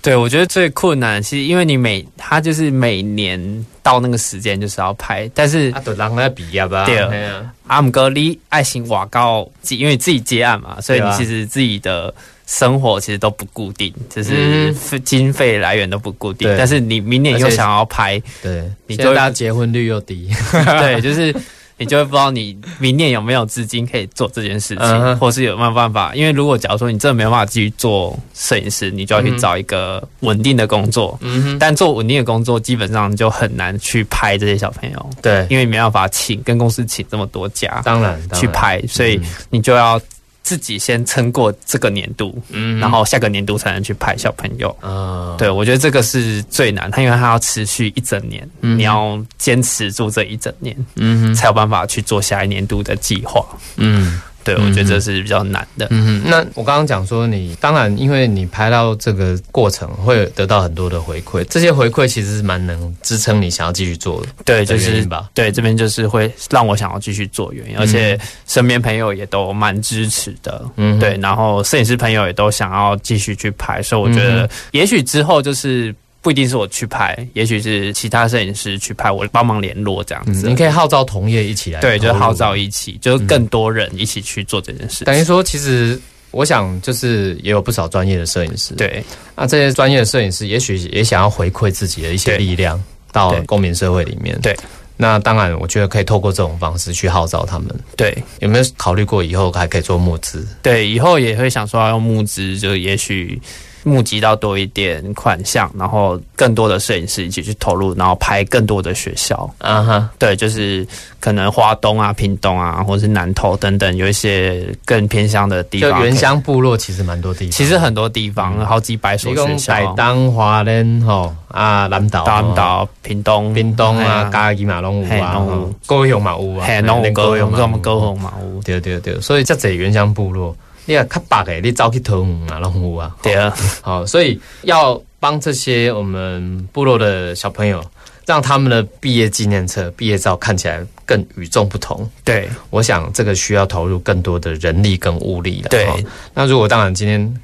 Speaker 3: 对，我觉得最困难的是因为你每他就是每年到那个时间就是要拍，但是
Speaker 2: 啊，对，让他毕业吧。
Speaker 3: 对
Speaker 2: 嘿啊
Speaker 3: 阿姆哥你爱情瓦高，因为自己接案嘛，所以
Speaker 2: 对
Speaker 3: 你
Speaker 2: 啊
Speaker 3: 其实自己的生活其实都不固定，就是
Speaker 2: 嗯
Speaker 3: 经费来源都不固定
Speaker 2: 对，
Speaker 3: 但是你明年
Speaker 2: 而
Speaker 3: 又
Speaker 2: 且
Speaker 3: 想要
Speaker 2: (laughs)
Speaker 3: 拍，
Speaker 2: 对，
Speaker 3: 你
Speaker 2: 你
Speaker 3: 就
Speaker 2: 现在大家结婚率又低，
Speaker 3: 对，就是你就会不知道你明年有没有资金可以做这件事情，
Speaker 2: 嗯哼
Speaker 3: 或是有没有办法。因为如果假如说你真的没有办法继续做摄影师，你
Speaker 2: 嗯
Speaker 3: 就要去找一个稳定的工作。但做稳定的工作，基本上就很难去拍这些小朋友，
Speaker 2: (laughs) 对，
Speaker 3: 因为没办法请跟公司请这么多家
Speaker 2: 当然当然嗯
Speaker 3: 去拍，所以你就要。自己先撑过这个年度，
Speaker 2: 嗯
Speaker 3: 然后下个年度才能去拍小朋友。
Speaker 2: 啊，
Speaker 3: 对，我觉得这个是最难，它因为它要持续一整年，你要坚持住这一整年，
Speaker 2: 嗯哼
Speaker 3: 才有办法去做下一年度的计划。
Speaker 2: 嗯。
Speaker 3: 对，我觉得这是比较难的。
Speaker 2: 嗯哼，那我刚刚讲说你，当然因为你拍到这个过程会得到很多的回馈，这些回馈其实是蛮能支撑你想要继续做的。
Speaker 3: 对，
Speaker 2: 的
Speaker 3: 就
Speaker 2: 原
Speaker 3: 是
Speaker 2: 因吧
Speaker 3: 对这边就是会让我想要继续做原因，而且身边朋友也都蛮支持的。
Speaker 2: 嗯嗯哼
Speaker 3: 对，然后摄影师朋友也都想要继续去拍，所以我觉
Speaker 2: 嗯
Speaker 3: 得也许之后就是。不一定是我去拍，也许是其他摄影师去拍，我帮忙联络这样子。
Speaker 2: 嗯你可以号召同业一起来，
Speaker 3: 对，就是号召。一起，就是
Speaker 2: 嗯
Speaker 3: 更多人一起去做这件事。
Speaker 2: 等于说，其实我想就是也有不少专业的摄影师，，
Speaker 3: 对
Speaker 2: 那这些专业的摄影师也许也想要回馈自己的一些
Speaker 3: 对
Speaker 2: 力量到
Speaker 3: 对
Speaker 2: 公民社会里面，
Speaker 3: 对。
Speaker 2: 那当然，我觉得可以透过这种方式去号召他们。
Speaker 3: 对，
Speaker 2: 有没有考虑过以后还可以做募资？
Speaker 3: 对，以后也会想说要用募资，就也许募集到多一点款项，然后更多的摄影师一起去投入，然后拍更多的学校。
Speaker 2: 啊哈，
Speaker 3: 对，就是可能花东啊、屏东啊，或是南投等等，有一些更偏乡的地
Speaker 2: 就
Speaker 3: 方。
Speaker 2: 原，乡部落其实蛮多地方，
Speaker 3: 其实很多地方，好几百所
Speaker 2: 你
Speaker 3: 学
Speaker 2: 讲台
Speaker 3: 校，
Speaker 2: 东、华莲吼啊，南岛、
Speaker 3: 南、岛、哦屏东、
Speaker 2: 屏东啊、
Speaker 3: 嘿
Speaker 2: 嘉义嘛拢有啊
Speaker 3: 哎嘿拢有，
Speaker 2: 吼高雄嘛有啊，
Speaker 3: 嘿，拢有高雄，
Speaker 2: 嘛
Speaker 3: 跟我们高雄嘛有。
Speaker 2: 对对对，所以遮侪原乡部落，你若较北的，你走去桃园嘛拢有啊。
Speaker 3: (laughs) 对啊，
Speaker 2: 好，所以要帮这些我们部落的小朋友，让他们的毕业纪念册、毕业照看起来更与众不同。
Speaker 3: (laughs) 对
Speaker 2: 我想这个需要投入更多的人力跟物力了。
Speaker 3: 对
Speaker 2: 哦那如果当然今天。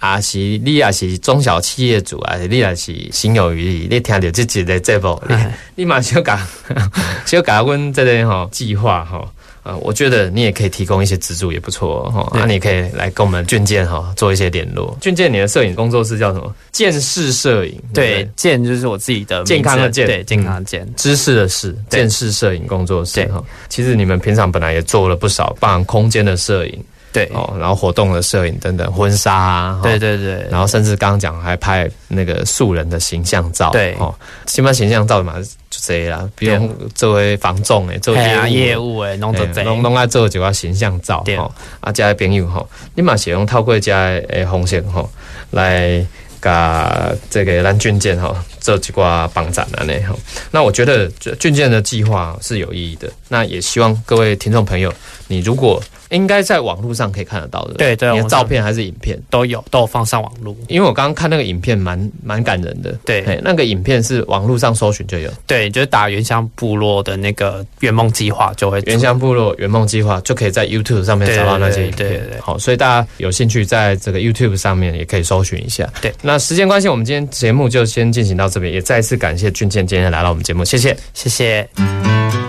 Speaker 2: 啊，是你也是中小企业主啊，你也是心有余力，你听到这集的节目，你
Speaker 3: 哎
Speaker 2: 你马上搞， (laughs) 小搞阮这个吼计划吼，呃，我觉得你也可以提供一些资助，也不错哦吼。
Speaker 3: 对
Speaker 2: 那、你可以来跟我们俊健哈做一些联络。俊健，你的摄影工作室叫什么？健视摄影，
Speaker 3: 对
Speaker 2: 不，
Speaker 3: 健就是我自己的名字
Speaker 2: 健康的健
Speaker 3: 对健嗯康的健。
Speaker 2: 知识的识，
Speaker 3: 对
Speaker 2: 见识摄影工作室
Speaker 3: 对
Speaker 2: 哈。其实你们平常本来也做了不少，包含空间的摄影
Speaker 3: 对
Speaker 2: 哦，然后活动的摄影等等，婚纱啊，
Speaker 3: 对
Speaker 2: 对。
Speaker 3: 对对，
Speaker 2: 然后甚至刚刚讲还拍那个素人的形象照，
Speaker 3: 对
Speaker 2: 哦，起码形象照嘛就这啦，比如作为防重诶，作为
Speaker 3: 对啊，业
Speaker 2: 务
Speaker 3: 务诶，弄
Speaker 2: 嘿
Speaker 3: 得这
Speaker 2: 拢拢爱做一寡形象照
Speaker 3: 对
Speaker 2: 吼，啊，遮的朋友吼，你嘛是用透过遮的诶方式吼来。甲这个咱俊健吼做一寡帮展安尼吼，那我觉得俊健的计划是有意义的。那也希望各位听众朋友，你如果应该在网络上可以看得到的。
Speaker 3: 对对
Speaker 2: 你
Speaker 3: 网
Speaker 2: 的
Speaker 3: 上
Speaker 2: 照片还是影片？
Speaker 3: 都有都有放上网路。
Speaker 2: 因为我刚刚看那个影片蛮蛮感人的，
Speaker 3: 对
Speaker 2: 嘿那个影片是网络上搜寻就有
Speaker 3: 对，就是打原乡部落的那个圆梦计划就会
Speaker 2: “原乡部落圆梦计划”，就可以在 YouTube 上面
Speaker 3: 对
Speaker 2: 找到那些影
Speaker 3: 对
Speaker 2: 片。
Speaker 3: 对对对
Speaker 2: 好，所以大家有兴趣在这个 YouTube 上面也可以搜寻一下。
Speaker 3: 对，
Speaker 2: 那时间关系，我们今天节目就先进行到这边，也再次感谢俊健今天来到我们节目，谢谢。
Speaker 3: 谢谢。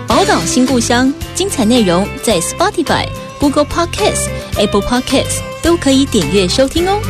Speaker 4: 宝岛新故乡，精彩内容在 Spotify、Google Podcasts、Apple Podcasts 都可以点阅收听哦。